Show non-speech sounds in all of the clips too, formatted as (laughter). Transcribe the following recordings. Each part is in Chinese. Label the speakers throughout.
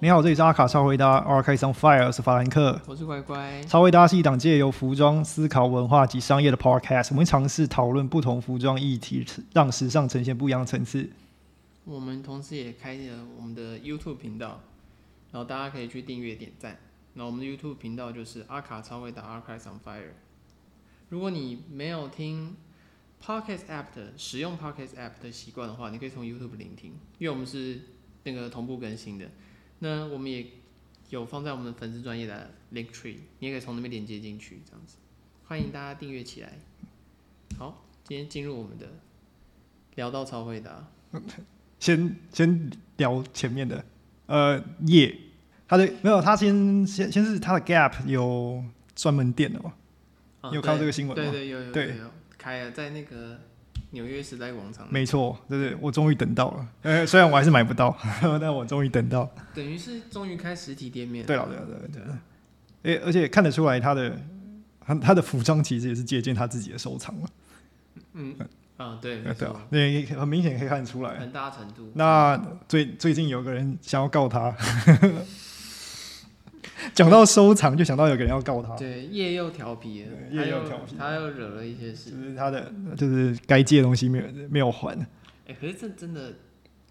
Speaker 1: 你好，这里是阿卡超回答 a r c a s on Fire，我是法兰克。
Speaker 2: 我是乖乖。
Speaker 1: 超回答是一档借由服装思考、文化及商业的 podcast，我们会尝试讨论不同服装议题，让时尚呈现不一样的层次。
Speaker 2: 我们同时也开了我们的 YouTube 频道，然后大家可以去订阅、点赞。然后我们的 YouTube 频道就是阿卡超会打 Archives on Fire。如果你没有听 Podcast App 的使用 Podcast App 的习惯的话，你可以从 YouTube 聆听，因为我们是那个同步更新的。那我们也有放在我们的粉丝专业的 Link Tree，你也可以从那边连接进去，这样子。欢迎大家订阅起来。好，今天进入我们的聊到超会答。
Speaker 1: 先先聊前面的，呃，夜，他的没有，他先先先是他的 Gap 有专门店的嘛？
Speaker 2: 啊
Speaker 1: 你有看到这个新闻吗？
Speaker 2: 对对，有有
Speaker 1: 对
Speaker 2: 有有开了，在那个纽约时代广场，
Speaker 1: 没错，对对，我终于等到了。呃，虽然我还是买不到， (laughs) 但我终于等到。
Speaker 2: 等于是终于开实体店面。
Speaker 1: 对了，对了，对了对嗯了。诶、而且看得出来他的他他的服装其实也是借鉴他自己的收藏嘛。
Speaker 2: 嗯啊，对，
Speaker 1: 呃对
Speaker 2: 没错
Speaker 1: 啊，，那也很明显可以看得出来。
Speaker 2: 很大程度。
Speaker 1: 那最最近有个人想要告他， (laughs) 讲到收藏就想到有个人要告他，
Speaker 2: 对夜又调皮了，
Speaker 1: 对夜又调皮
Speaker 2: 他又他又惹了一些事
Speaker 1: 就。是他的就是该借的东西没有没有还。
Speaker 2: 哎，可是这真的，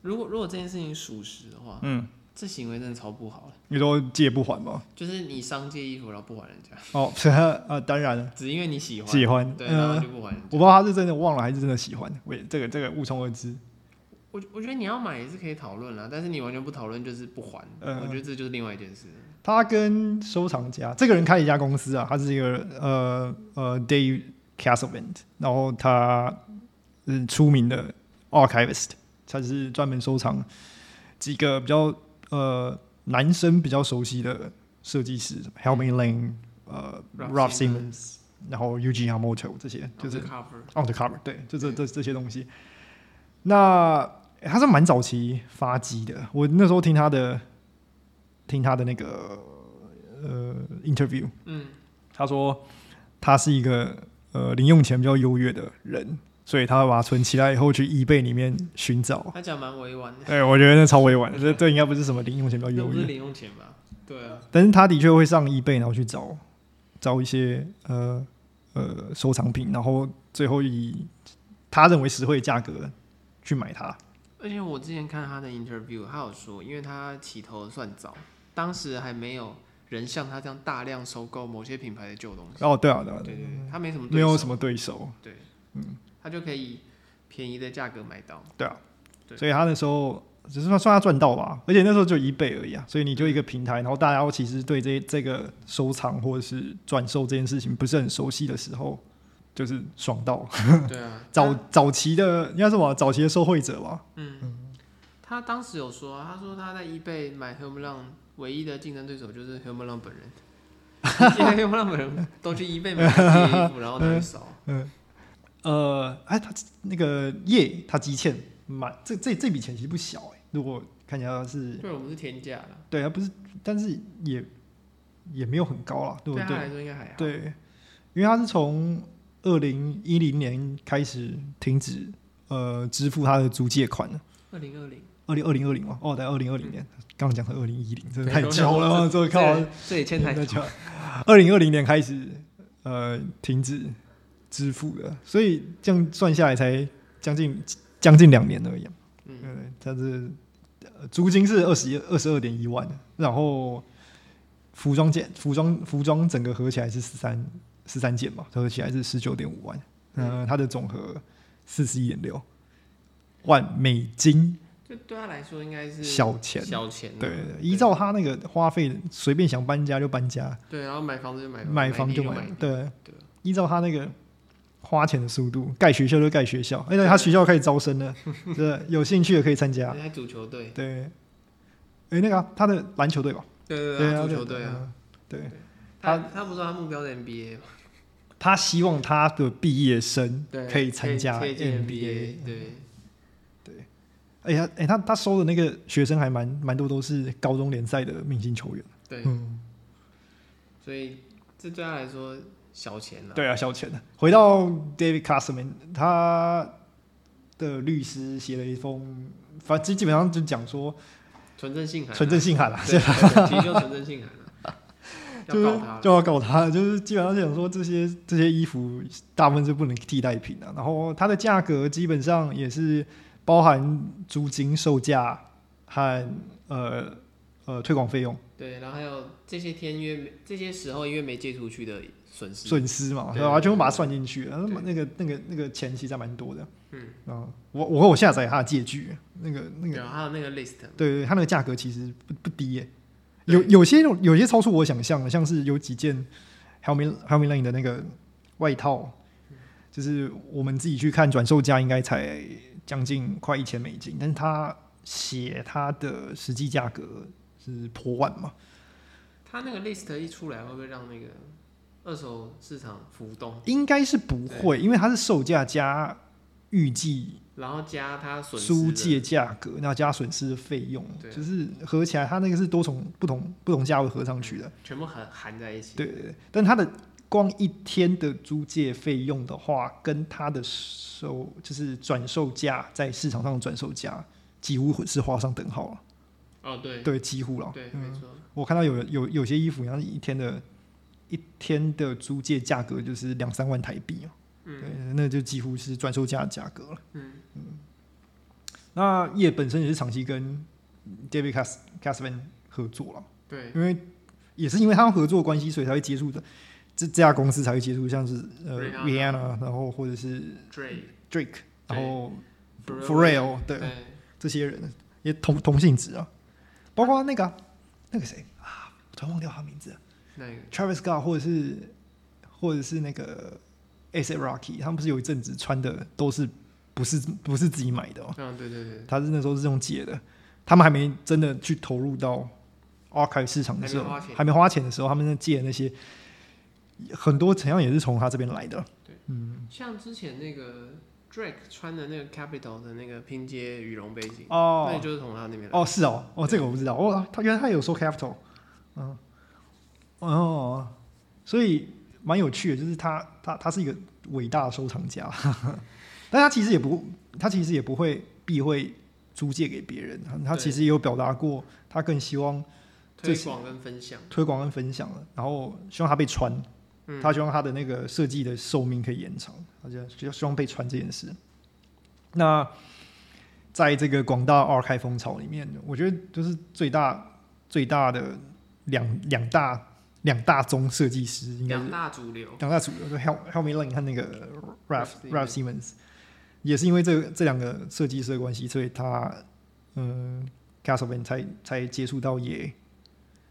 Speaker 2: 如果如果这件事情属实的话，
Speaker 1: 嗯，
Speaker 2: 这行为真的超不好的，
Speaker 1: 你说借不还吗？
Speaker 2: 就是你商借衣服然后不还人家， (laughs)
Speaker 1: 哦， (laughs) 是他呃，当然
Speaker 2: 只因为你喜欢，
Speaker 1: 喜欢，
Speaker 2: 对，然
Speaker 1: 嗯
Speaker 2: 后，就不还人家。
Speaker 1: 我不知道他是真的忘了还是真的喜欢，我也这个这个无从而知。
Speaker 2: 我我觉得你要买也是可以讨论啦，但是你完全不讨论就是不还，
Speaker 1: 嗯
Speaker 2: 我觉得这就是另外一件事。
Speaker 1: 他跟收藏家，这个人开了一家公司啊，他是一个呃呃 Dave Castleman，然后他嗯出名的 archivist，他是专门收藏几个比较呃男生比较熟悉的设计师，Helmut Lang，呃 Ralph Simmons，然后 Eugene Hamoto 这些，就是
Speaker 2: cover。
Speaker 1: on the cover，对，就这这这些东西。那欸他是蛮早期发迹的，我那时候听他的听他的那个呃 interview，
Speaker 2: 嗯，
Speaker 1: 他说他是一个呃零用钱比较优越的人，所以他把它存起来以后去 eBay 里面寻找。
Speaker 2: 他讲蛮委婉的，
Speaker 1: 对，我觉得那超委婉的，这这应该不是什么零用钱比较
Speaker 2: 那
Speaker 1: 优
Speaker 2: 不是
Speaker 1: 越，
Speaker 2: 零用钱吧？对啊，
Speaker 1: 但是他的确会上 eBay 然后去找找一些呃呃收藏品，然后最后以他认为实惠的价格去买它。
Speaker 2: 而且我之前看他的 interview，他有说，因为他起头算早，当时还没有人像他这样大量收购某些品牌的旧东西。
Speaker 1: 哦，对啊，对啊，
Speaker 2: 对
Speaker 1: 对
Speaker 2: 对
Speaker 1: 啊，
Speaker 2: 对，他没什么
Speaker 1: 没有什
Speaker 2: 么，
Speaker 1: 么对手，
Speaker 2: 对，嗯，他就可以便宜的价格买
Speaker 1: (laughs)
Speaker 2: 到。
Speaker 1: 对啊，
Speaker 2: 对
Speaker 1: 所以他那时候只是算算他赚到吧，而且那时候就一倍而已啊，所以你就一个平台，然后大家其实对这这个收藏或者是转售这件事情不是很熟悉的时候，就是爽到
Speaker 2: 对啊，
Speaker 1: 早早期的应该是什么啊早期的受惠者吧，
Speaker 2: 他当时有说、啊，他说他在 eBay 买 h u m l o n 唯一的竞争对手就是 h u m l o n 本
Speaker 1: (laughs)
Speaker 2: 人，现在 h u m l o n 本人都去 eBay 买这些衣服，然后拿去扫。
Speaker 1: 呃，哎，他那个叶他积欠蛮这这这笔钱其实不小哎、如果看起来是
Speaker 2: 对，我们是天价了，
Speaker 1: 对啊，不是，但是也也没有很高啦，对不
Speaker 2: 对他
Speaker 1: 对？
Speaker 2: 来说应该还好。
Speaker 1: 对，因为他是从二零一零年开始停止呃支付他的租借款了。
Speaker 2: 二零二零，
Speaker 1: 二零二零二零嘛，哦，在二零二零年，刚刚讲的二零一零，真的
Speaker 2: 对
Speaker 1: 太
Speaker 2: 我想
Speaker 1: 久
Speaker 2: 说
Speaker 1: 了嘛，这个靠
Speaker 2: 这这也欠太久。
Speaker 1: 久。二零二零年开始呃停止支付的，所以这样算下来才将近将近两年而已啊。
Speaker 2: 嗯，
Speaker 1: 嗯，但是、呃租金是二十二十二点一万，然后服装件服装服装整个合起来是十三十三件嘛，合起来是十九点五万，嗯、它的总和四十一点六万美金
Speaker 2: 这对他来说应该是
Speaker 1: 小钱。
Speaker 2: 小钱啊。
Speaker 1: 对，依照他那个花费，随便想搬家就搬家，
Speaker 2: 对，然后买房子就买
Speaker 1: 买房
Speaker 2: 房地
Speaker 1: 就
Speaker 2: 哎买
Speaker 1: 买
Speaker 2: 地。，
Speaker 1: 对
Speaker 2: 对，
Speaker 1: 依照他那个花钱的速度，盖学校就盖学
Speaker 2: (laughs)
Speaker 1: 校，而且他学校开始招生了，对，有兴趣的可以参加。
Speaker 2: 人家足球队，
Speaker 1: 对，哎、那个啊、他的篮球队吧？
Speaker 2: 对对对，他
Speaker 1: 啊，
Speaker 2: 足球队啊。，
Speaker 1: 对，啊
Speaker 2: 他他不是说他目标是 NBA 吗？
Speaker 1: 他希望他的毕业生
Speaker 2: 对，
Speaker 1: 可以参加
Speaker 2: 可以进
Speaker 1: NBA。
Speaker 2: 对，
Speaker 1: 哎呀，哎、他他收的那个学生还蛮蛮多，都是高中联赛的明星球员。
Speaker 2: 对，
Speaker 1: 嗯，
Speaker 2: 所以这对他来说小钱了、
Speaker 1: 对啊，消遣的。回到 David Castleman，他的律师写了一封，反正基本上就讲说，
Speaker 2: 纯正信函啊，
Speaker 1: 纯正信函啦，
Speaker 2: 对，对对其实就纯正信函了，
Speaker 1: (laughs) 就
Speaker 2: 要告
Speaker 1: 是
Speaker 2: 他了。
Speaker 1: 就要搞它，就是基本上是想说这些这些衣服大部分是不能替代品的、然后它的价格基本上也是包含租金、售价和呃呃推广费用
Speaker 2: 对，然后还有这些天约没这些时候因为没借出去的损失，
Speaker 1: 损失嘛，
Speaker 2: 对
Speaker 1: 然后全部把它算进去，然后
Speaker 2: 对
Speaker 1: 那个那个那个钱其实还蛮多的。
Speaker 2: 嗯，
Speaker 1: 嗯，我我我下载它的借据，那个那个
Speaker 2: 然后还有那个 list，
Speaker 1: 对对，它那个价格其实不不低耶、
Speaker 2: 对
Speaker 1: 有有些有些超出我想象的，像是有几件 Helmi Helmi Lane 的那个外套，就是我们自己去看转售价应该才将近快一千美金，但是它写它的实际价格是破万嘛，
Speaker 2: 他那个 list 一出来，会不会让那个二手市场浮动，
Speaker 1: 应该是不会，因为它是售价加预计
Speaker 2: 然后加他损失
Speaker 1: 租
Speaker 2: 的
Speaker 1: 借价格，那加损失的费用，
Speaker 2: 对啊
Speaker 1: 就是合起来它那个是多重不同不同价位合上去的。
Speaker 2: 全部含含在一起？
Speaker 1: 对对对，但它的光一天的租借费用的话，跟它的售就是转售价在市场上的转售价几乎是画上等号了。
Speaker 2: 哦，对
Speaker 1: 对，几乎了。
Speaker 2: 对，
Speaker 1: 嗯，
Speaker 2: 没错，
Speaker 1: 我看到有有有些衣服，像一天的一天的租借价格就是两三万台币哦、
Speaker 2: 嗯
Speaker 1: 对，那就几乎是转售价的价格了。
Speaker 2: 嗯，
Speaker 1: 那叶本身也是长期跟 David Cas Casvan 合作了。
Speaker 2: 对，
Speaker 1: 因为也是因为他们合作关系，所以才会接触的这这家公司才会接触，像是呃
Speaker 2: Rihanna
Speaker 1: Rihanna，然后或者是
Speaker 2: Dray
Speaker 1: Drake，然后 f o r e
Speaker 2: Pharrell，
Speaker 1: l l 对
Speaker 2: 对，
Speaker 1: 这些人也同同性质啊，包括那个啊、那个谁啊，我突然忘掉他名字了
Speaker 2: 那个
Speaker 1: ，Travis Scott 或者是或者是那个 S Rocky，他们不是有一阵子穿的都是不是不是自己买的哦，
Speaker 2: 嗯，对对对，
Speaker 1: 他是那时候是用借的，他们还没真的去投入到 archive 市场的时候，
Speaker 2: 还没花钱
Speaker 1: 还没花钱的时候，他们在借的那些很多同样也是从他这边来的。嗯
Speaker 2: 像之前那个 Drake 穿的那个 Capital 的那个拼接羽绒背景，那也
Speaker 1: 哦
Speaker 2: 就是从他那边来。
Speaker 1: 哦，是哦，哦，这个我不知道，哦，他原来他有说 capital，嗯，哦，所以蛮有趣的，就是他他他是一个伟大的收藏家， (laughs) 但他其实也不他其实也不会避讳租借给别人，他他
Speaker 2: 对
Speaker 1: 其实也有表达过，他更希望。
Speaker 2: 推
Speaker 1: 最
Speaker 2: 广跟分享，
Speaker 1: 推广跟分享了，然后希望它被穿，
Speaker 2: 嗯
Speaker 1: 他希望他的那个设计的寿命可以延长，他就希希望被穿这件事。那在这个广大二开风潮里面，我觉得就是最大最大的两两大两大宗设计师应该是
Speaker 2: 两大主流，
Speaker 1: 两大主流，就 Hel Helmi Lane 和那个 Ralph
Speaker 2: 哦 Ralph
Speaker 1: Ralph Simmons，也是因为这这两个设计师的关系，所以他嗯 Castleman 才才接触到也。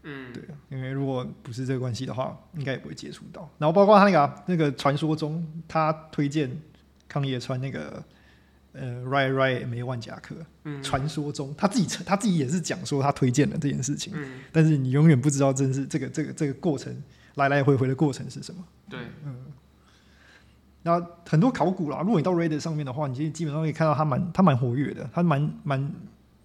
Speaker 2: 嗯，
Speaker 1: 对，因为如果不是这个关系的话，应该也不会接触到。然后包括他那个啊、那个传说中，他推荐康也穿那个呃 Ry Ry M 万夹克。
Speaker 2: 嗯，
Speaker 1: 传说中他自己承他自己也是讲说他推荐了这件事情，
Speaker 2: 嗯，
Speaker 1: 但是你永远不知道真是这个这个这个过程来来回回的过程是什么。
Speaker 2: 对，
Speaker 1: 那很多考古啦，如果你到 Reddit 上面的话，你基基本上可以看到他蛮他蛮活跃的，他蛮蛮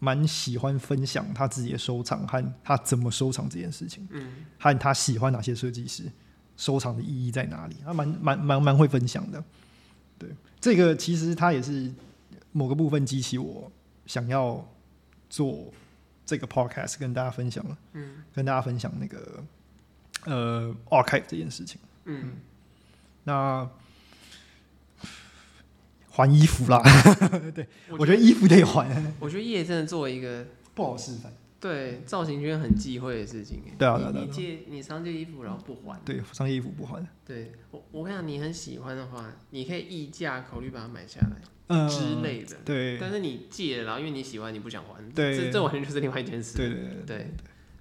Speaker 1: 蛮喜欢分享他自己的收藏和他怎么收藏这件事情。
Speaker 2: 嗯，
Speaker 1: 和他喜欢哪些设计师，收藏的意义在哪里，他蛮蛮蛮蛮会分享的。对，这个其实他也是某个部分激起我想要做这个 podcast 跟大家分享，嗯，跟大家分享那个呃 archive 这件事情。
Speaker 2: 嗯，
Speaker 1: 那还衣服啦， (laughs) 对
Speaker 2: 我
Speaker 1: 我觉得衣服得还，
Speaker 2: 我觉得叶真的作为一个
Speaker 1: (laughs) 不好示范。
Speaker 2: 对造型圈很忌讳的事情，哎
Speaker 1: 对啊
Speaker 2: 你
Speaker 1: 对啊对啊
Speaker 2: 你借你商借衣服然后不还，
Speaker 1: 对，商业衣服不还，
Speaker 2: 对我我跟你讲，你很喜欢的话，你可以溢价考虑把它买下来
Speaker 1: 嗯、
Speaker 2: 之类的，
Speaker 1: 对，
Speaker 2: 但是你借了，然后因为你喜欢，你不想还，
Speaker 1: 对
Speaker 2: 这这完全就是另外一件事，
Speaker 1: 对对对对。
Speaker 2: 对，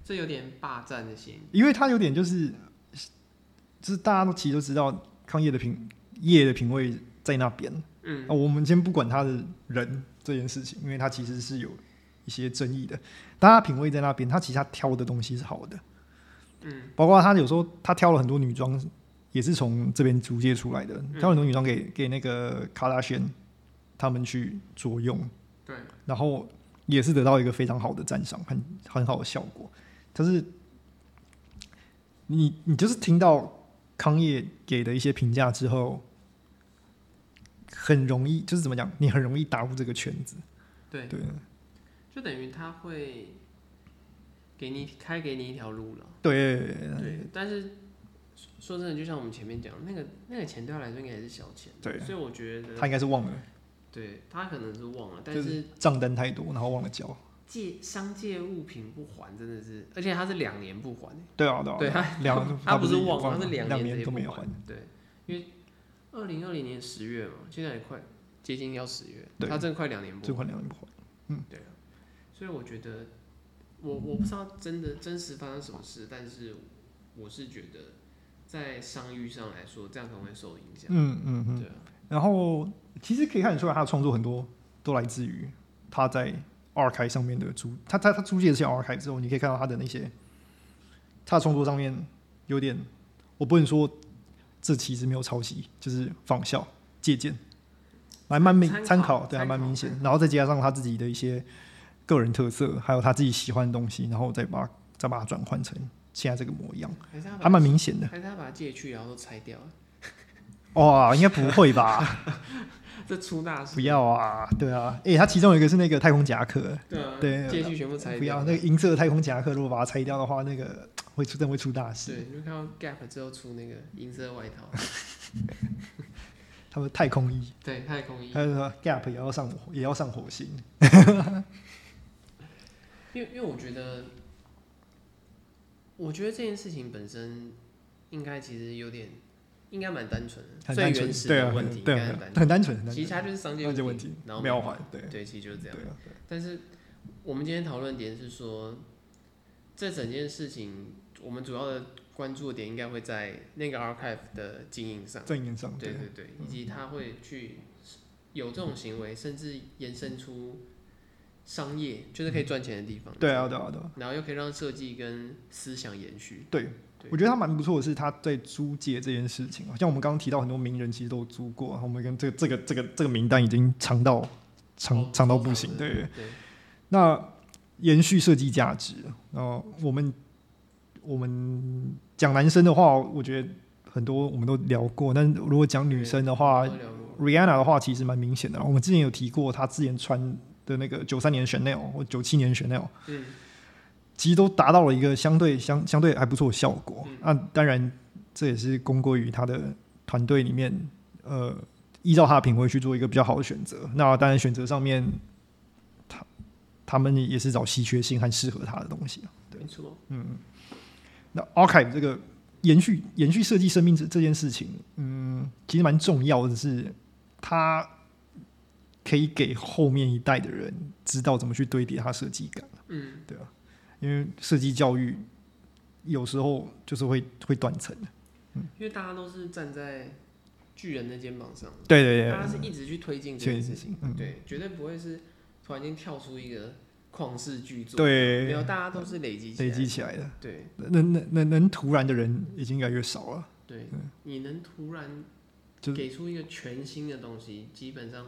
Speaker 2: 这有点霸占的嫌疑，
Speaker 1: 因为他有点就是，就是大家都其实都知道康业的品业的品味在那边、
Speaker 2: 嗯，
Speaker 1: 啊。我们先不管他的人这件事情，因为他其实是有一些争议的。但他品味在那边，他其实他挑的东西是好的，
Speaker 2: 嗯，
Speaker 1: 包括他有时候他挑了很多女装，也是从这边租借出来的，
Speaker 2: 嗯
Speaker 1: 挑了很多女装给给那个卡达轩他们去着用。
Speaker 2: 对，
Speaker 1: 然后也是得到一个非常好的赞赏，很很好的效果。但是你你就是听到康业给的一些评价之后，很容易就是怎么讲，你很容易打入这个圈子。
Speaker 2: 对，
Speaker 1: 对，
Speaker 2: 就等于他会给你开给你一条路了。
Speaker 1: 对，
Speaker 2: 对，但是说说真的，就像我们前面讲，那个那个钱对他来说应该也是小钱，
Speaker 1: 对
Speaker 2: 所以我觉得
Speaker 1: 他应该是忘了，
Speaker 2: 对他可能是忘了，但
Speaker 1: 就是账单太多，然后忘了交。
Speaker 2: 借商借物品不还真的是，而且他是两年不还，
Speaker 1: 对啊，对啊，
Speaker 2: 对
Speaker 1: 啊
Speaker 2: 他
Speaker 1: 两
Speaker 2: 他不
Speaker 1: 不
Speaker 2: 是忘
Speaker 1: 忘
Speaker 2: 了，
Speaker 1: 了，
Speaker 2: 他是
Speaker 1: 两
Speaker 2: 年直接
Speaker 1: 年都没有
Speaker 2: 不
Speaker 1: 还。
Speaker 2: 对，因为二零二零年十月嘛，现在也快接近要十月，
Speaker 1: 对
Speaker 2: 他真的快两年
Speaker 1: 这
Speaker 2: 不还，
Speaker 1: 款两年不还。
Speaker 2: 所以我觉得我我不知道真的真实发生什么事，但是我是觉得在商誉上来说，这样可能会受影响。
Speaker 1: 嗯嗯嗯。
Speaker 2: 对啊，
Speaker 1: 然后其实可以看得出来，他的创作很多都来自于他在 archive 上面的租，他他他租借这些 archive 之后，你可以看到他的那些他的创作上面有点，我不能说这其实没有抄袭，就是仿效借鉴，还蛮明
Speaker 2: 参
Speaker 1: 参
Speaker 2: 考
Speaker 1: 考，对，还
Speaker 2: 参考
Speaker 1: 蛮明显。然后再加上他自己的一些个人特色，还有他自己喜欢的东西，然后再把它再把它转换成现在这个模样，
Speaker 2: 还是他把
Speaker 1: 还蛮明
Speaker 2: (laughs)
Speaker 1: 显的。
Speaker 2: 还是他把它借去，然后都拆掉了，
Speaker 1: 哦哇，应该不会吧？
Speaker 2: 这出大事。
Speaker 1: 不要啊，对啊，诶、他其中有一个是那个太空夹克，
Speaker 2: 对啊，
Speaker 1: 对
Speaker 2: 借去全部拆
Speaker 1: 不要
Speaker 2: 掉。
Speaker 1: 那个银色的太空夹克，如果把它拆掉的话，那个会出真的会出大事。
Speaker 2: 对，你就看到 Gap 之后出那个银色外
Speaker 1: (laughs)
Speaker 2: 套，
Speaker 1: 他们太空衣，
Speaker 2: 对，太空衣。
Speaker 1: 还有说 Gap 也要上火也要上火星，
Speaker 2: 因为因为我觉得，我觉得这件事情本身应该其实有点，应该蛮单纯的，
Speaker 1: 很
Speaker 2: 最
Speaker 1: 单纯
Speaker 2: 原，始
Speaker 1: 对
Speaker 2: 的
Speaker 1: 啊，
Speaker 2: 问题应
Speaker 1: 对
Speaker 2: 该
Speaker 1: 啊
Speaker 2: 很，单纯。
Speaker 1: 很单纯，很单
Speaker 2: 其实
Speaker 1: 纯，
Speaker 2: 它就是商
Speaker 1: 那
Speaker 2: 界
Speaker 1: 些问题
Speaker 2: 然后
Speaker 1: 没有还，对
Speaker 2: 对，其实就是这
Speaker 1: 对
Speaker 2: 样。
Speaker 1: 啊，
Speaker 2: 但是我们今天讨论的点是说，这整件事情我们主要的关注的点应该会在那个 archive 的经营上。
Speaker 1: 正言上
Speaker 2: 嗯对
Speaker 1: 对嗯
Speaker 2: 对对，以及他会去有这种行为，甚至延伸出商业，就是可以赚钱的地方。
Speaker 1: 嗯对啊，对啊，对啊。
Speaker 2: 然后又可以让设计跟思想延续。
Speaker 1: 对，
Speaker 2: 对
Speaker 1: 我觉得他蛮不错的是他在租借这件事情，啊像我们刚刚提到很多名人其实都租过，然后我们跟这个这个这个这个名单已经长到
Speaker 2: 哦
Speaker 1: 长长到不
Speaker 2: 超
Speaker 1: 行，
Speaker 2: 长
Speaker 1: 对
Speaker 2: 的。对，
Speaker 1: 那延续设计价值，然后我们我们讲男生的话，我觉得很多我们都聊过，但如果讲女生的话
Speaker 2: 都聊嗯过
Speaker 1: ，Rihanna 的话其实蛮明显的。我们之前有提过，她之前穿的那个九三年 Chanel 或九七年 Chanel，
Speaker 2: 嗯，
Speaker 1: 其实都达到了一个相对相相对还不错的效果。那、当然，这也是功归于他的团队里面，呃，依照他的品味去做一个比较好的选择。那当然，选择上面，他他们也是找稀缺性和适合他的东西。
Speaker 2: 没错。
Speaker 1: 那 archive 这个延续延续设计生命这这件事情，嗯，其实蛮重要的是，它可以给后面一代的人知道怎么去堆叠它设计感。
Speaker 2: 嗯，
Speaker 1: 对啊，因为设计教育有时候就是会会断层的。
Speaker 2: 因为大家都是站在巨人的肩膀上，
Speaker 1: 对对
Speaker 2: 大家是一直去推进这
Speaker 1: 确
Speaker 2: 件
Speaker 1: 实
Speaker 2: 事
Speaker 1: 是
Speaker 2: 情，，
Speaker 1: 嗯，
Speaker 2: 对，绝对不会是突然间跳出一个旷世巨作。，没有，
Speaker 1: 对，
Speaker 2: 大家都是累积起来
Speaker 1: 累
Speaker 2: 的
Speaker 1: 积。起来的，
Speaker 2: 对
Speaker 1: 能能能能突然的人已经越来越少了。
Speaker 2: 对，你能突然
Speaker 1: 就
Speaker 2: 给出一个全新的东西，基本上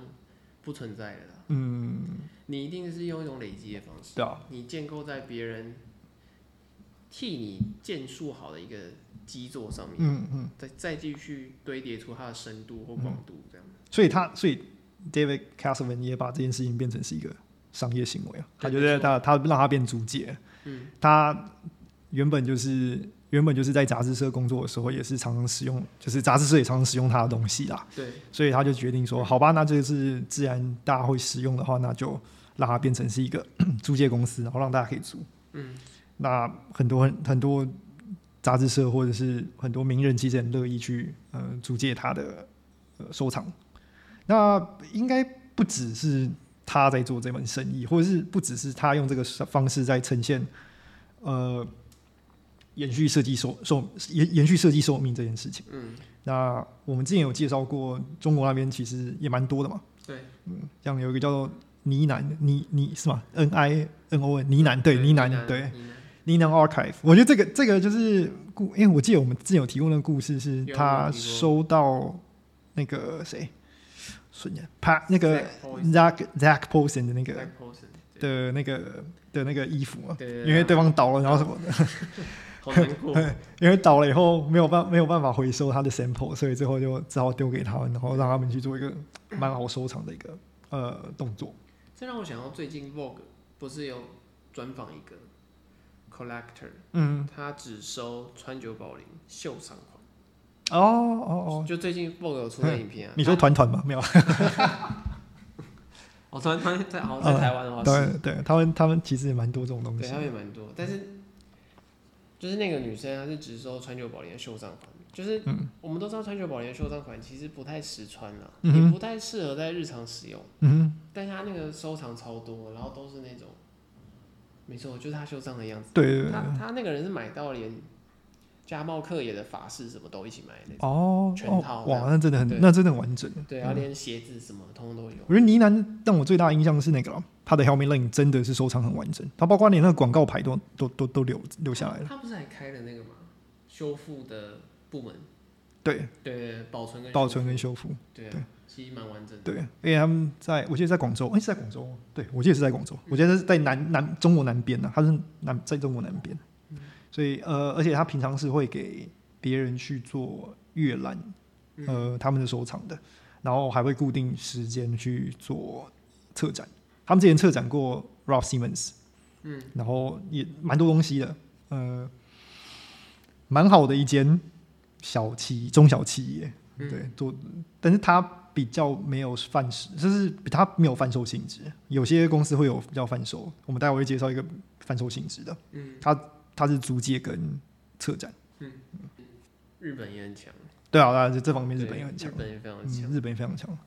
Speaker 2: 不存在的啦。
Speaker 1: 嗯，
Speaker 2: 你一定是用一种累积的方式。
Speaker 1: 对啊，
Speaker 2: 你建构在别人替你建树好的一个基座上面，
Speaker 1: 嗯嗯，
Speaker 2: 再再继续堆叠出它的深度或广度，这样。
Speaker 1: 所以他所以 David Castleman 也把这件事情变成是一个商业行为啊，他觉
Speaker 2: 没
Speaker 1: 得
Speaker 2: 错
Speaker 1: 他他让他变租界，
Speaker 2: 嗯，
Speaker 1: 他原本就是。原本就是在杂志社工作的时候，也是常常使用，就是杂志社也常常使用他的东西啦。
Speaker 2: 对，
Speaker 1: 所以他就决定说，好吧，那这个是自然大家会使用的话，那就让它变成是一个 (clears throat) 租借公司，然后让大家可以租。
Speaker 2: 嗯，
Speaker 1: 那很多很很多杂志社或者是很多名人其实很乐意去呃租借他的、呃、收藏。那应该不只是他在做这门生意，或者是不只是他用这个方式在呈现呃延续设计寿寿延延续设计寿命这件事情。
Speaker 2: 嗯，
Speaker 1: 那我们之前有介绍过，中国那边其实也蛮多的嘛，嗯
Speaker 2: 对，
Speaker 1: 像有一个叫做呢喃，呢呢是吗？N I N O N 呢喃，对呢喃，对
Speaker 2: 呢
Speaker 1: 呢喃 Archive。我觉得这个这个就是故，因为我记得我们之前有提过那个故事，是
Speaker 2: 有
Speaker 1: 他
Speaker 2: 有提过
Speaker 1: 收到那个谁，瞬间啪那个
Speaker 2: Zac Posen
Speaker 1: Zack Zack Posen 的那
Speaker 2: 喃
Speaker 1: 个
Speaker 2: Zac Posen，对
Speaker 1: 的那个的那个衣服嘛，
Speaker 2: 对啊对，
Speaker 1: 因为对方倒了，然后什么的，
Speaker 2: 好难过， (laughs)
Speaker 1: 因为倒了以后没有办没有办法回收他的 sample，所以最后就只好丢给他们，然后让他们去做一个蛮好收藏的一个呃动作。
Speaker 2: 这让我想到最近 Vogue 不是有专访一个 collector，
Speaker 1: 嗯，
Speaker 2: 他只收川久保玲秀场
Speaker 1: 哦
Speaker 2: 款。
Speaker 1: 哦哦，
Speaker 2: 就最近 Vogue 有出的影片啊，
Speaker 1: 你说团团吧，没有，
Speaker 2: 哦，突然突然在好像在台湾的话哦是，
Speaker 1: 呃对对，他们他们其实也蛮多这种东
Speaker 2: 对，
Speaker 1: 西
Speaker 2: 他，们也蛮多，但是就是那个女生，啊她是只收川久保玲的袖章款，就是我们都知道川久保玲的袖章款其实不太实穿啦，
Speaker 1: 嗯哼
Speaker 2: 也不太适合在日常使用，
Speaker 1: 嗯
Speaker 2: 但她那个收藏超多，然后都是那种，没错，就是她袖章的样子
Speaker 1: 哼，。对对对，
Speaker 2: 她
Speaker 1: 对
Speaker 2: 她那个人是买到连家茂克也的法式什么都一起买的那种，
Speaker 1: 哦
Speaker 2: 全
Speaker 1: 哦
Speaker 2: 套，
Speaker 1: 哇，那真的
Speaker 2: 对
Speaker 1: 很，那真的很完整。
Speaker 2: 对，然后连鞋子什么通通都有。
Speaker 1: 我觉得呢喃让我最大的印象是那个了，他的 Helmet Lane 真的是收藏很完整，他包括连那个广告牌都都都都留留下来了。
Speaker 2: 他不是还开了那个吗？修复的部门，
Speaker 1: 对，
Speaker 2: 对，保存跟
Speaker 1: 保存跟
Speaker 2: 修
Speaker 1: 修复，
Speaker 2: 复对
Speaker 1: 对
Speaker 2: 啊，其实蛮完整的。
Speaker 1: 对，而且他们在我记得在广州，哎、是在广州吗，对我记得是在广
Speaker 2: 嗯
Speaker 1: 州，我觉得是在南南中国南边呢、啊，他是南在中国南边，
Speaker 2: 嗯
Speaker 1: 所以呃，而且他平常是会给别人去做阅览，
Speaker 2: 嗯
Speaker 1: 呃，他们的收藏的，然后还会固定时间去做策展，他们之前策展过 Ralph Simmons，
Speaker 2: 嗯，
Speaker 1: 然后也蛮多东西的，呃，蛮好的一间小企中小企业，
Speaker 2: 嗯
Speaker 1: 对，做，但是它比较没有贩售，就是它没有贩售性质。有些公司会有比较贩售，我们待会会介绍一个贩售性质的，
Speaker 2: 嗯，
Speaker 1: 它是租借跟策展。
Speaker 2: 日本也很强，
Speaker 1: 对啊，当然这方面日本也很强
Speaker 2: 对日，本也非常
Speaker 1: 嗯，
Speaker 2: 强。
Speaker 1: 日本也非常强。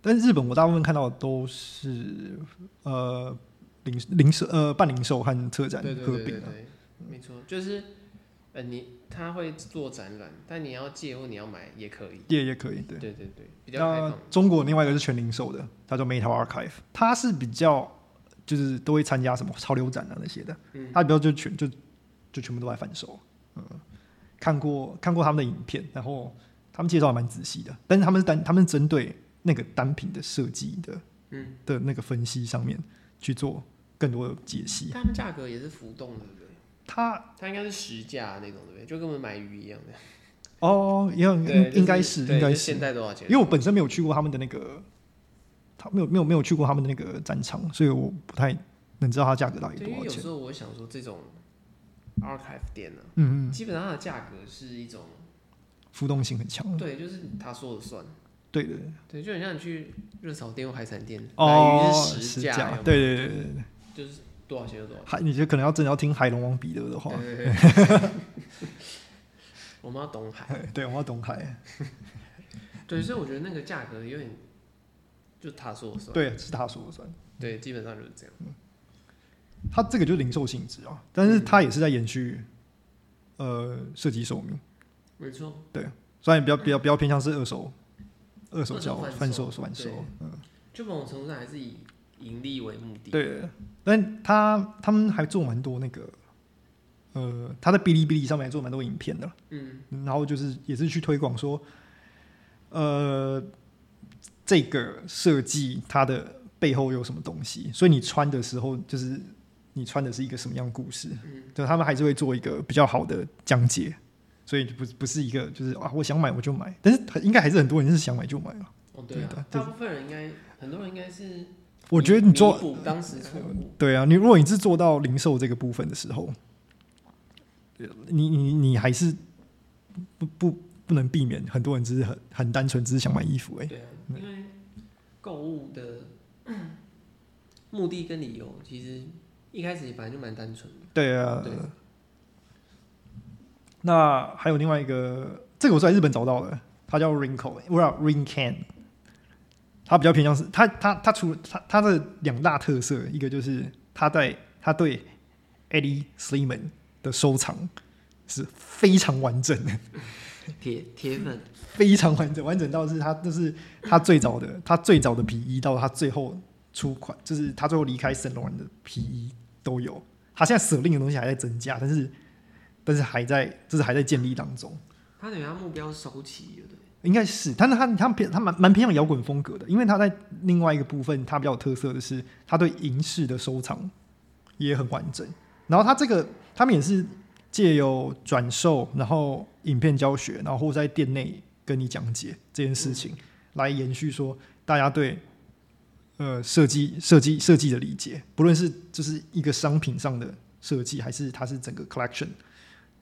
Speaker 1: 但是日本我大部分看到的都是呃零零售呃半零售和啊嗯策展
Speaker 2: 对对
Speaker 1: 合
Speaker 2: 对
Speaker 1: 并
Speaker 2: 对
Speaker 1: 的，
Speaker 2: 对，没错，就是呃，你他会做展览，但你要借或你要买也可以。
Speaker 1: 也也可以对。
Speaker 2: 对对对，比较开
Speaker 1: 那
Speaker 2: 放。
Speaker 1: 中国另外一个是全零售的，它叫 Meta Archive，它是比较就是都会参加什么潮流展啊那些的，
Speaker 2: 嗯
Speaker 1: 它比较就全就就全部都在贩售。嗯，看过看过他们的影片，然后他们介绍还蛮仔细的，但是他们是单他们是针对那个单品的设计的
Speaker 2: 嗯，
Speaker 1: 的那个分析上面去做更多的解析。
Speaker 2: 但他们价格也是浮动的，对不对？
Speaker 1: 它
Speaker 2: 它应该是实价那种，对不对？就跟我们买鱼一样的。
Speaker 1: 哦，也很
Speaker 2: 对，
Speaker 1: 应应该
Speaker 2: 就是对
Speaker 1: 应该
Speaker 2: 就是现，在多少钱？
Speaker 1: 因为我本身没有去过他们的那个，他没有没有没有去过他们的那个战场，所以我不太能知道它价格到底
Speaker 2: 对，
Speaker 1: 多
Speaker 2: 因
Speaker 1: 少
Speaker 2: 为有
Speaker 1: 钱
Speaker 2: 时。候我想说，这种 archive 店呢、
Speaker 1: 嗯嗯，
Speaker 2: 基本上它的价格是一种，
Speaker 1: 浮动性很强。
Speaker 2: 对，就是他说了算，
Speaker 1: 对对对，
Speaker 2: 对，就很像你去热炒店或海产店，买
Speaker 1: 哦，
Speaker 2: 鱼是实价，有没有
Speaker 1: 对对对对对对，
Speaker 2: 就是多少钱就多少钱。
Speaker 1: 海，你就可能要真的要听海龙王彼得的话。
Speaker 2: 对对对。 (laughs) 我们要懂海，
Speaker 1: 对，我要懂海。
Speaker 2: 对，所以我觉得那个价格有点，就他说了算，
Speaker 1: 对，是他说了算。
Speaker 2: 对，基本上就是这样。
Speaker 1: 他这个就是零售性质啊，但
Speaker 2: 嗯
Speaker 1: 是他也是在延续，呃，设计寿命，
Speaker 2: 没错，
Speaker 1: 虽然比较比较比较偏向是二手，二手
Speaker 2: 二手
Speaker 1: 交
Speaker 2: 贩
Speaker 1: 贩
Speaker 2: 售
Speaker 1: 售贩售嗯
Speaker 2: 对。就某种程度上还是以盈利为目的。，
Speaker 1: 对，但他他们还做蛮多那个，呃，他在哔哩哔哩上面还做蛮多影片的，
Speaker 2: 嗯，
Speaker 1: 然后就是也是去推广说，呃，这个设计它的背后有什么东西，所以你穿的时候就是你穿的是一个什么样的故事，
Speaker 2: 嗯
Speaker 1: 对，他们还是会做一个比较好的讲解。所以不不是一个就是啊，我想买我就买，但是很应该还是很多人是想买就买了。
Speaker 2: 哦对
Speaker 1: 对的
Speaker 2: 啊，大部分人应该，很多人应该是
Speaker 1: 我觉得你做
Speaker 2: 弥补当时错
Speaker 1: (laughs)
Speaker 2: 误，
Speaker 1: 对啊，你如果你是做到零售这个部分的时候，呃你你你还是不不不能避免很多人只是很很单纯只是想买衣服哎、
Speaker 2: 对啊，因为购物的 (clears throat) 目的跟理由其实一开始也本来就蛮单纯的，
Speaker 1: 对啊，
Speaker 2: 对
Speaker 1: 那还有另外一个，这个我是在日本找到的，它叫 Wrinkle，我叫 Wrinkan，它比较偏向是它它它除了它它的两大特色，一个就是它在它对 Eddie Sliman 的收藏是非常完整的。
Speaker 2: 铁铁粉，
Speaker 1: 非常完整，完整到是他就是他最早的他最早的皮衣到他最后出款，就是他最后离开神龙人的皮衣都有。他现在舍令的东西还在增加，但是但是还在就是还在建立当中，
Speaker 2: 他等于他目标收齐了，对不对，
Speaker 1: 应该是。但是他他偏他蛮蛮偏向摇滚风格的，因为他在另外一个部分他比较有特色的是他对银饰的收藏也很完整。然后他这个他们也是借由转售，然后影片教学，然后或在店内跟你讲解这件事情，来延续说大家对呃设计设计设计的理解，不论是就是一个商品上的设计，还是它是整个 collection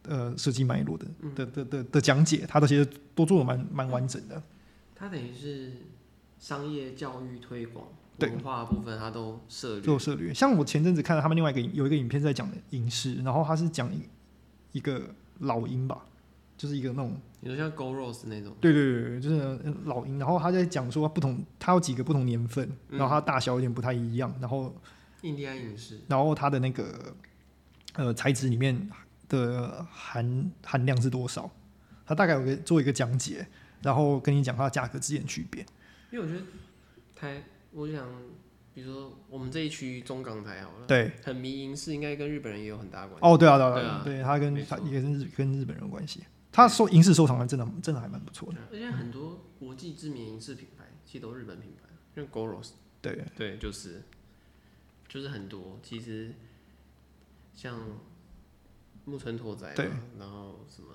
Speaker 1: 呃设计脉络的的的的的讲解，它都其实都做的蛮蛮完整的。
Speaker 2: 它等于是商业教育推广
Speaker 1: 对
Speaker 2: 文化部分，它都涉
Speaker 1: 做
Speaker 2: 猎。
Speaker 1: 策略。像我前阵子看了他们另外一个影有一个影片在讲影视，然后他是讲一个老鹰吧，就是一个那种
Speaker 2: 你说像 Go Rose 那种，
Speaker 1: 对对对对，就是呃老鹰。然后他在讲说不同，它有几个不同年份，
Speaker 2: 嗯
Speaker 1: 然后它大小有点不太一样，然后
Speaker 2: 印第安影视，
Speaker 1: 然后它的那个呃材质里面的含含量是多少，它大概有个做一个讲解，然后跟你讲它的价格之间的区别。
Speaker 2: 因为我觉得台，我想，比如说我们这一区中港台好了，
Speaker 1: 对，
Speaker 2: 很迷银饰，应该跟日本人也有很大关系。
Speaker 1: 哦对啊对啊
Speaker 2: 对
Speaker 1: 对
Speaker 2: 啊
Speaker 1: 啊，对它
Speaker 2: 没
Speaker 1: 跟
Speaker 2: 错
Speaker 1: 它也跟日跟日本人有关系。它收银饰收藏的真的真的还蛮不错的，
Speaker 2: 而且很多国际知名银饰品牌，其实都是日本品牌，像 Go Rose，
Speaker 1: 对。
Speaker 2: 对，就是就是很多，其实像木村拓哉嘛，
Speaker 1: 对
Speaker 2: 然后什么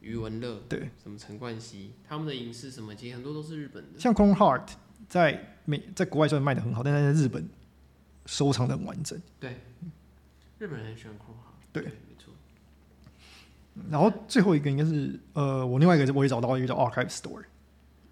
Speaker 2: 余文乐，
Speaker 1: 对，
Speaker 2: 什么陈冠希，他们的影视什么，其实很多都是日本的。
Speaker 1: 像 c o n Heart 在美在国外虽然卖的很好，但是在日本收藏的很完整。
Speaker 2: 日本人很喜欢空哈，
Speaker 1: 对
Speaker 2: 没错，嗯
Speaker 1: 然后最后一个应该是呃，我另外一个我也找到一个叫 Archive Store，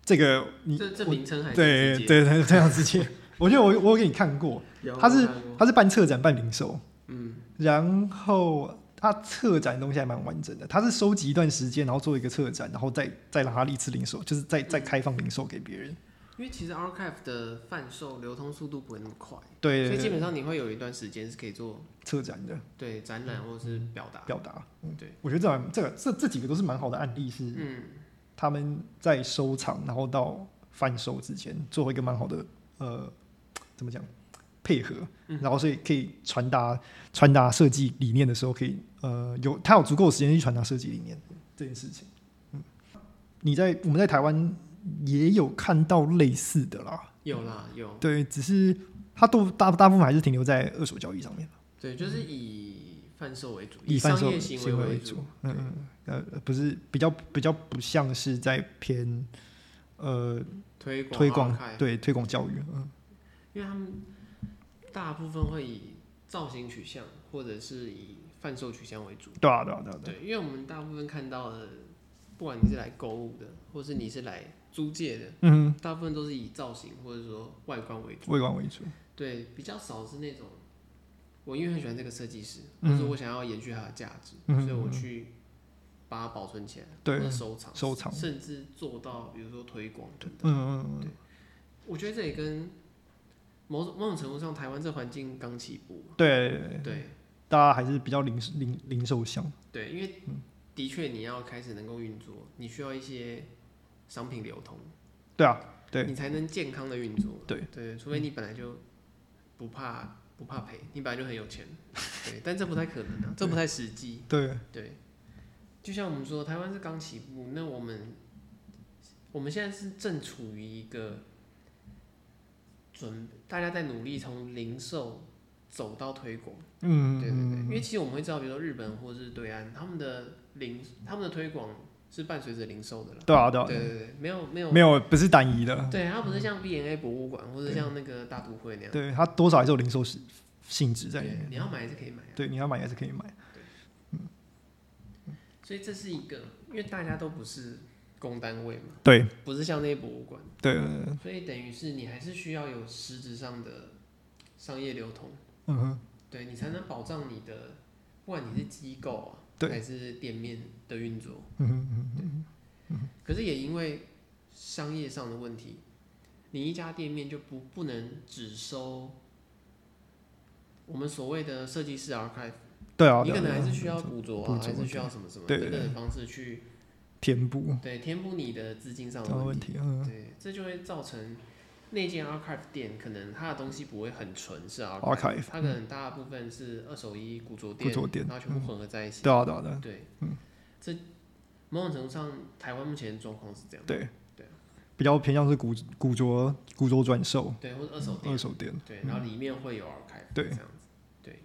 Speaker 1: 这个你
Speaker 2: 这这
Speaker 1: 我
Speaker 2: 名称还
Speaker 1: 对对对非常直
Speaker 2: (laughs)
Speaker 1: 接，我觉得我我有给你看过，它是它是办策展办零售，
Speaker 2: 嗯，
Speaker 1: 然后它策展的东西还蛮完整的，它是收集一段时间，然后做一个策展，然后再再让它一次零售，就是再
Speaker 2: 嗯
Speaker 1: 再开放零售给别人。
Speaker 2: 因为其实 archive 的贩售流通速度不会那么快，
Speaker 1: 对
Speaker 2: 所
Speaker 1: 对
Speaker 2: 以
Speaker 1: 对，
Speaker 2: 基本上你会有一段时间是可以做
Speaker 1: 策展的
Speaker 2: 对展览或者是表达，
Speaker 1: 表达，嗯
Speaker 2: 对，
Speaker 1: 我觉得这蛮这个这这几个都是蛮好的案例是。
Speaker 2: 嗯，
Speaker 1: 他们在收藏然后到贩售之间做一个蛮好的呃怎么讲配合，
Speaker 2: 嗯
Speaker 1: 然后所以可以传达传达设计理念的时候，可以呃有他有足够的时间去传达设计理念这件事情。嗯，你在我们在台湾也有看到类似的啦，
Speaker 2: 有啦有，
Speaker 1: 对，只是它都大大部分还是停留在二手交易上面，
Speaker 2: 对，就是以贩售为主，
Speaker 1: 以贩
Speaker 2: 商
Speaker 1: 售
Speaker 2: 业
Speaker 1: 行
Speaker 2: 为
Speaker 1: 为为
Speaker 2: 主
Speaker 1: 主，，嗯，呃，不是比较比较不像是在偏呃
Speaker 2: 推广
Speaker 1: 推广
Speaker 2: archive
Speaker 1: 对推广教育，嗯，
Speaker 2: 因为他们大部分会以造型取向或者是以贩售取向为主，
Speaker 1: 对啊对啊对啊对啊，
Speaker 2: 对，因为我们大部分看到的，不管你是来购物的，或是你是来租借的，
Speaker 1: 嗯
Speaker 2: 大部分都是以造型或者说外观为主。
Speaker 1: 哼，微观为主，
Speaker 2: 对，比较少是那种，我因为很喜欢这个设计师，
Speaker 1: 嗯
Speaker 2: 或者我想要延续它的价值，
Speaker 1: 嗯
Speaker 2: 所以我去把它保存起来，
Speaker 1: 对
Speaker 2: 或者收藏，
Speaker 1: 收藏
Speaker 2: 甚至做到比如说推广等
Speaker 1: 嗯
Speaker 2: 等。
Speaker 1: 嗯嗯，
Speaker 2: 我觉得这也跟某种某种程度上，台湾这环境刚起步嘛，
Speaker 1: 对对，对
Speaker 2: 对
Speaker 1: 大家还是比较零零零售向，
Speaker 2: 对，因为
Speaker 1: 嗯
Speaker 2: 的确你要开始能够运作，你需要一些商品流通，
Speaker 1: 对啊，对
Speaker 2: 你才能健康的运作。
Speaker 1: 对
Speaker 2: 对，除非你本来就不怕不怕赔，你本来就很有钱，对，但这不太可能啊，这不太实际。
Speaker 1: 对
Speaker 2: 对，就像我们说，台湾是刚起步，那我们我们现在是正处于一个准，大家在努力从零售走到推广。
Speaker 1: 嗯
Speaker 2: 对对对，
Speaker 1: 嗯
Speaker 2: 因为其实我们会知道，比如说日本或者是对岸，他们的零他们的推广是伴随着零售的啦。
Speaker 1: 对啊对啊
Speaker 2: 对，对对，没有没有
Speaker 1: 没有不是单一的，
Speaker 2: 对，它不是像 V&A 博物馆或者像那个大都会那样，
Speaker 1: 嗯对它多少还是有零售性性质在里
Speaker 2: 对
Speaker 1: 面，
Speaker 2: 你要买还是可以买、啊。
Speaker 1: 对，你要买还是可以买，
Speaker 2: 所以这是一个，因为大家都不是公单位嘛，
Speaker 1: 对
Speaker 2: 不是像那些博物馆，
Speaker 1: 对对，对对
Speaker 2: 所以等于是你还是需要有实质上的商业流通，
Speaker 1: 嗯哼，
Speaker 2: 对你才能保障你的，不管你是机构啊，
Speaker 1: 对
Speaker 2: 还是店面的运作。
Speaker 1: 嗯哼嗯哼，
Speaker 2: 可是也因为商业上的问题，你一家店面就不不能只收我们所谓的设计师 archive。
Speaker 1: 对啊，
Speaker 2: 你
Speaker 1: 对
Speaker 2: 可
Speaker 1: 啊
Speaker 2: 能还
Speaker 1: 对
Speaker 2: 是
Speaker 1: 啊
Speaker 2: 需要捕捉
Speaker 1: 捕
Speaker 2: 啊，
Speaker 1: 捉
Speaker 2: 还是需要什么什么
Speaker 1: 对
Speaker 2: 等等的方式去
Speaker 1: 填补
Speaker 2: 对填补你的资金上
Speaker 1: 这
Speaker 2: 的
Speaker 1: 样的
Speaker 2: 问
Speaker 1: 问
Speaker 2: 题。
Speaker 1: 题，嗯
Speaker 2: 对，这就会造成那间 archive 店可能它的东西不会很纯是 archive，
Speaker 1: ，archive，
Speaker 2: 它可能大部分是二手衣、古着店，
Speaker 1: 哦古着店
Speaker 2: 然后全部混合在一起。
Speaker 1: 对啊对啊对啊，
Speaker 2: 对，这某种程度上，台湾目前的状况是这样。
Speaker 1: 对
Speaker 2: 对啊
Speaker 1: 比较偏向是古古着古着转售
Speaker 2: 对，或者二手店
Speaker 1: 二，手店，
Speaker 2: 对，然后里面会有 archive，
Speaker 1: 对嗯
Speaker 2: 这样子，对，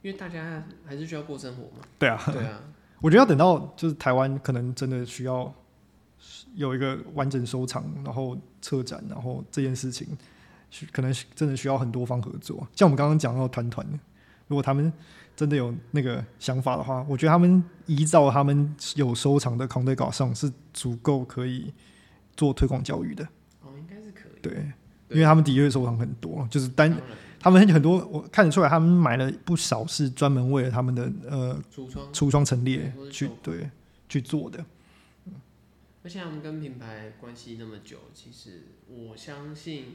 Speaker 2: 因为大家还是需要过生活
Speaker 1: (laughs)
Speaker 2: 嘛。
Speaker 1: 对啊。
Speaker 2: 对啊，
Speaker 1: 我觉得要等到就是台湾可能真的需要有一个完整收藏，然后策展，然后这件事情需可能需真的需要很多方合作。像我们刚刚讲到团团，如果他们真的有那个想法的话，我觉得他们依照他们有收藏的 c o n t e 稿上是足够可以做推广教育的。
Speaker 2: 哦，应该是可以。
Speaker 1: 对，因为他们的确收藏很多，就是单
Speaker 2: 当然
Speaker 1: 他们很多我看得出来，他们买了不少是专门为了他们的呃
Speaker 2: 橱窗，
Speaker 1: 橱窗陈列
Speaker 2: 对或是
Speaker 1: 去
Speaker 2: 手
Speaker 1: 对去做的。
Speaker 2: 而且他们跟品牌关系那么久，其实我相信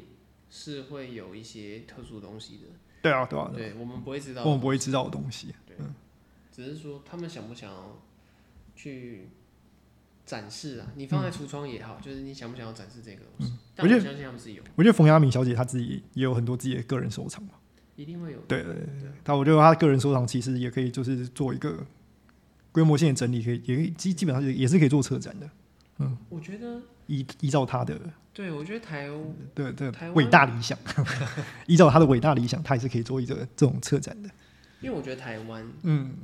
Speaker 2: 是会有一些特殊东西的。
Speaker 1: 对啊，对啊，对啊
Speaker 2: 对，我们不会知道
Speaker 1: 我，们不会知道的东西。
Speaker 2: 只是说他们想不想要去展示啊？你放在橱窗也好，就是你想不想要展示这个东西？
Speaker 1: 嗯
Speaker 2: 但
Speaker 1: 我觉
Speaker 2: 我
Speaker 1: 得
Speaker 2: 相信他们是有，
Speaker 1: 我觉得冯雅敏小姐她自己也有很多自己的个人收藏嘛。
Speaker 2: 一定会有。
Speaker 1: 对对对，对她我觉得她个人收藏其实也可以就是做一个规模性的整理，可以也可以基基本上也是可以做车展的，
Speaker 2: 我觉得，
Speaker 1: 依依照她的
Speaker 2: 对我觉得台湾
Speaker 1: 对对
Speaker 2: 台湾
Speaker 1: 伟大理
Speaker 2: (laughs)
Speaker 1: 想，依照她的伟大理想，她也是可以做一个这种车展的。
Speaker 2: 因为我觉得台湾，
Speaker 1: 嗯，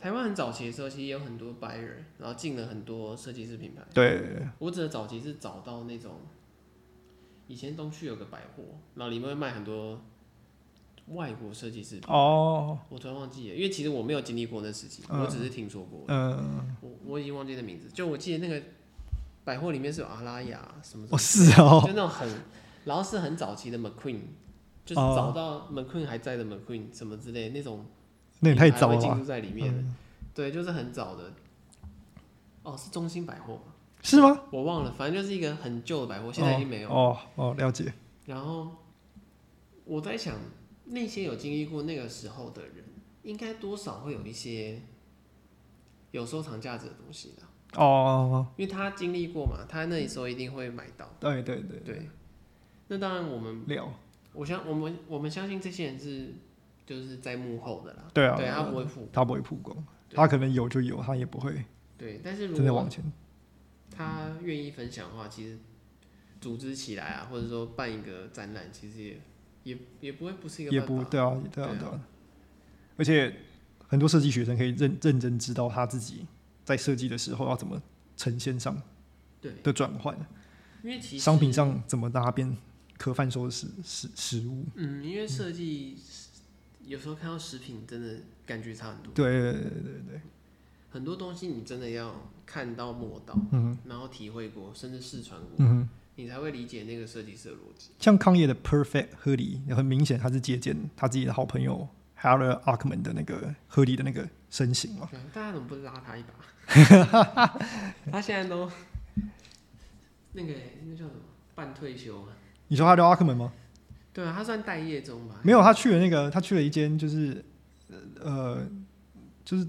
Speaker 2: 台湾很早期的时候，其实也有很多白人，然后进了很多设计师品牌。
Speaker 1: 对对啊对
Speaker 2: 我指的早期是找到那种，以前东区有个百货，然后里面会卖很多外国设计师品牌。
Speaker 1: 哦，
Speaker 2: 我突然忘记了，因为其实我没有经历过那时期，
Speaker 1: 嗯
Speaker 2: 我只是听说过，
Speaker 1: 嗯，
Speaker 2: 我我已经忘记那名字。就我记得那个百货里面是有阿拉雅什么
Speaker 1: 哦
Speaker 2: 什么，
Speaker 1: 是哦
Speaker 2: 就，那种很，然后是很早期的 McQueen，就是
Speaker 1: 哦
Speaker 2: 找到 McQueen 还在的 McQueen 什么之类那种，
Speaker 1: 那也太早了
Speaker 2: 进
Speaker 1: 吧嗯
Speaker 2: 入在里面。对，就是很早的。哦，是中心百货吗，
Speaker 1: 是吗？
Speaker 2: 我忘了，反正就是一个很旧的百货，现在已经没有了。
Speaker 1: 哦哦哦，了解。
Speaker 2: 然后我在想，那些有经历过那个时候的人，应该多少会有一些有收藏价值的东西啦，
Speaker 1: 哦哦，哦
Speaker 2: 因为他经历过嘛，他那时候一定会买到。
Speaker 1: 对对对，
Speaker 2: 对，那当然我们，
Speaker 1: 了，
Speaker 2: 我相我们我们相信这些人是就是在幕后的啦，
Speaker 1: 对啊，
Speaker 2: 对他不
Speaker 1: 会，
Speaker 2: 会付，
Speaker 1: 他不会曝光，
Speaker 2: 对
Speaker 1: 他可能有就有，他也不会
Speaker 2: 对，但是
Speaker 1: 真
Speaker 2: 如
Speaker 1: 的
Speaker 2: 果
Speaker 1: 往前。
Speaker 2: 他愿意分享的话，其实组织起来啊，或者说办一个展览，其实也也也不会不是一个
Speaker 1: 也
Speaker 2: 办
Speaker 1: 不
Speaker 2: 法
Speaker 1: 对啊，对啊
Speaker 2: 对啊，
Speaker 1: 对啊。而且很多设计学生可以认认真知道他自己在设计的时候要怎么呈现上
Speaker 2: 对，
Speaker 1: 的转换，
Speaker 2: 因为其实
Speaker 1: 商品上怎么搭变可贩售的食食食物。
Speaker 2: 嗯，因为设计有时候看到食品，真的感觉差很多。
Speaker 1: 对对对对对，
Speaker 2: 很多东西你真的要看到摸到，
Speaker 1: 嗯
Speaker 2: 然后体会过，甚至试穿过，
Speaker 1: 嗯哼，
Speaker 2: 你才会理解那个设计师的逻辑。
Speaker 1: 像康业的 Perfect 合理，很明显他是借鉴他自己的好朋友 Harold Arkman 的那个合理的那个身形嘛。
Speaker 2: 对啊大家怎么不拉他一把？
Speaker 1: (laughs)
Speaker 2: 他现在都那个那叫什么半退休啊？
Speaker 1: 你说他叫 Arkman 吗？
Speaker 2: 对啊，他算待业中吧？
Speaker 1: 没有，他去了那个，他去了一间就是，呃，就是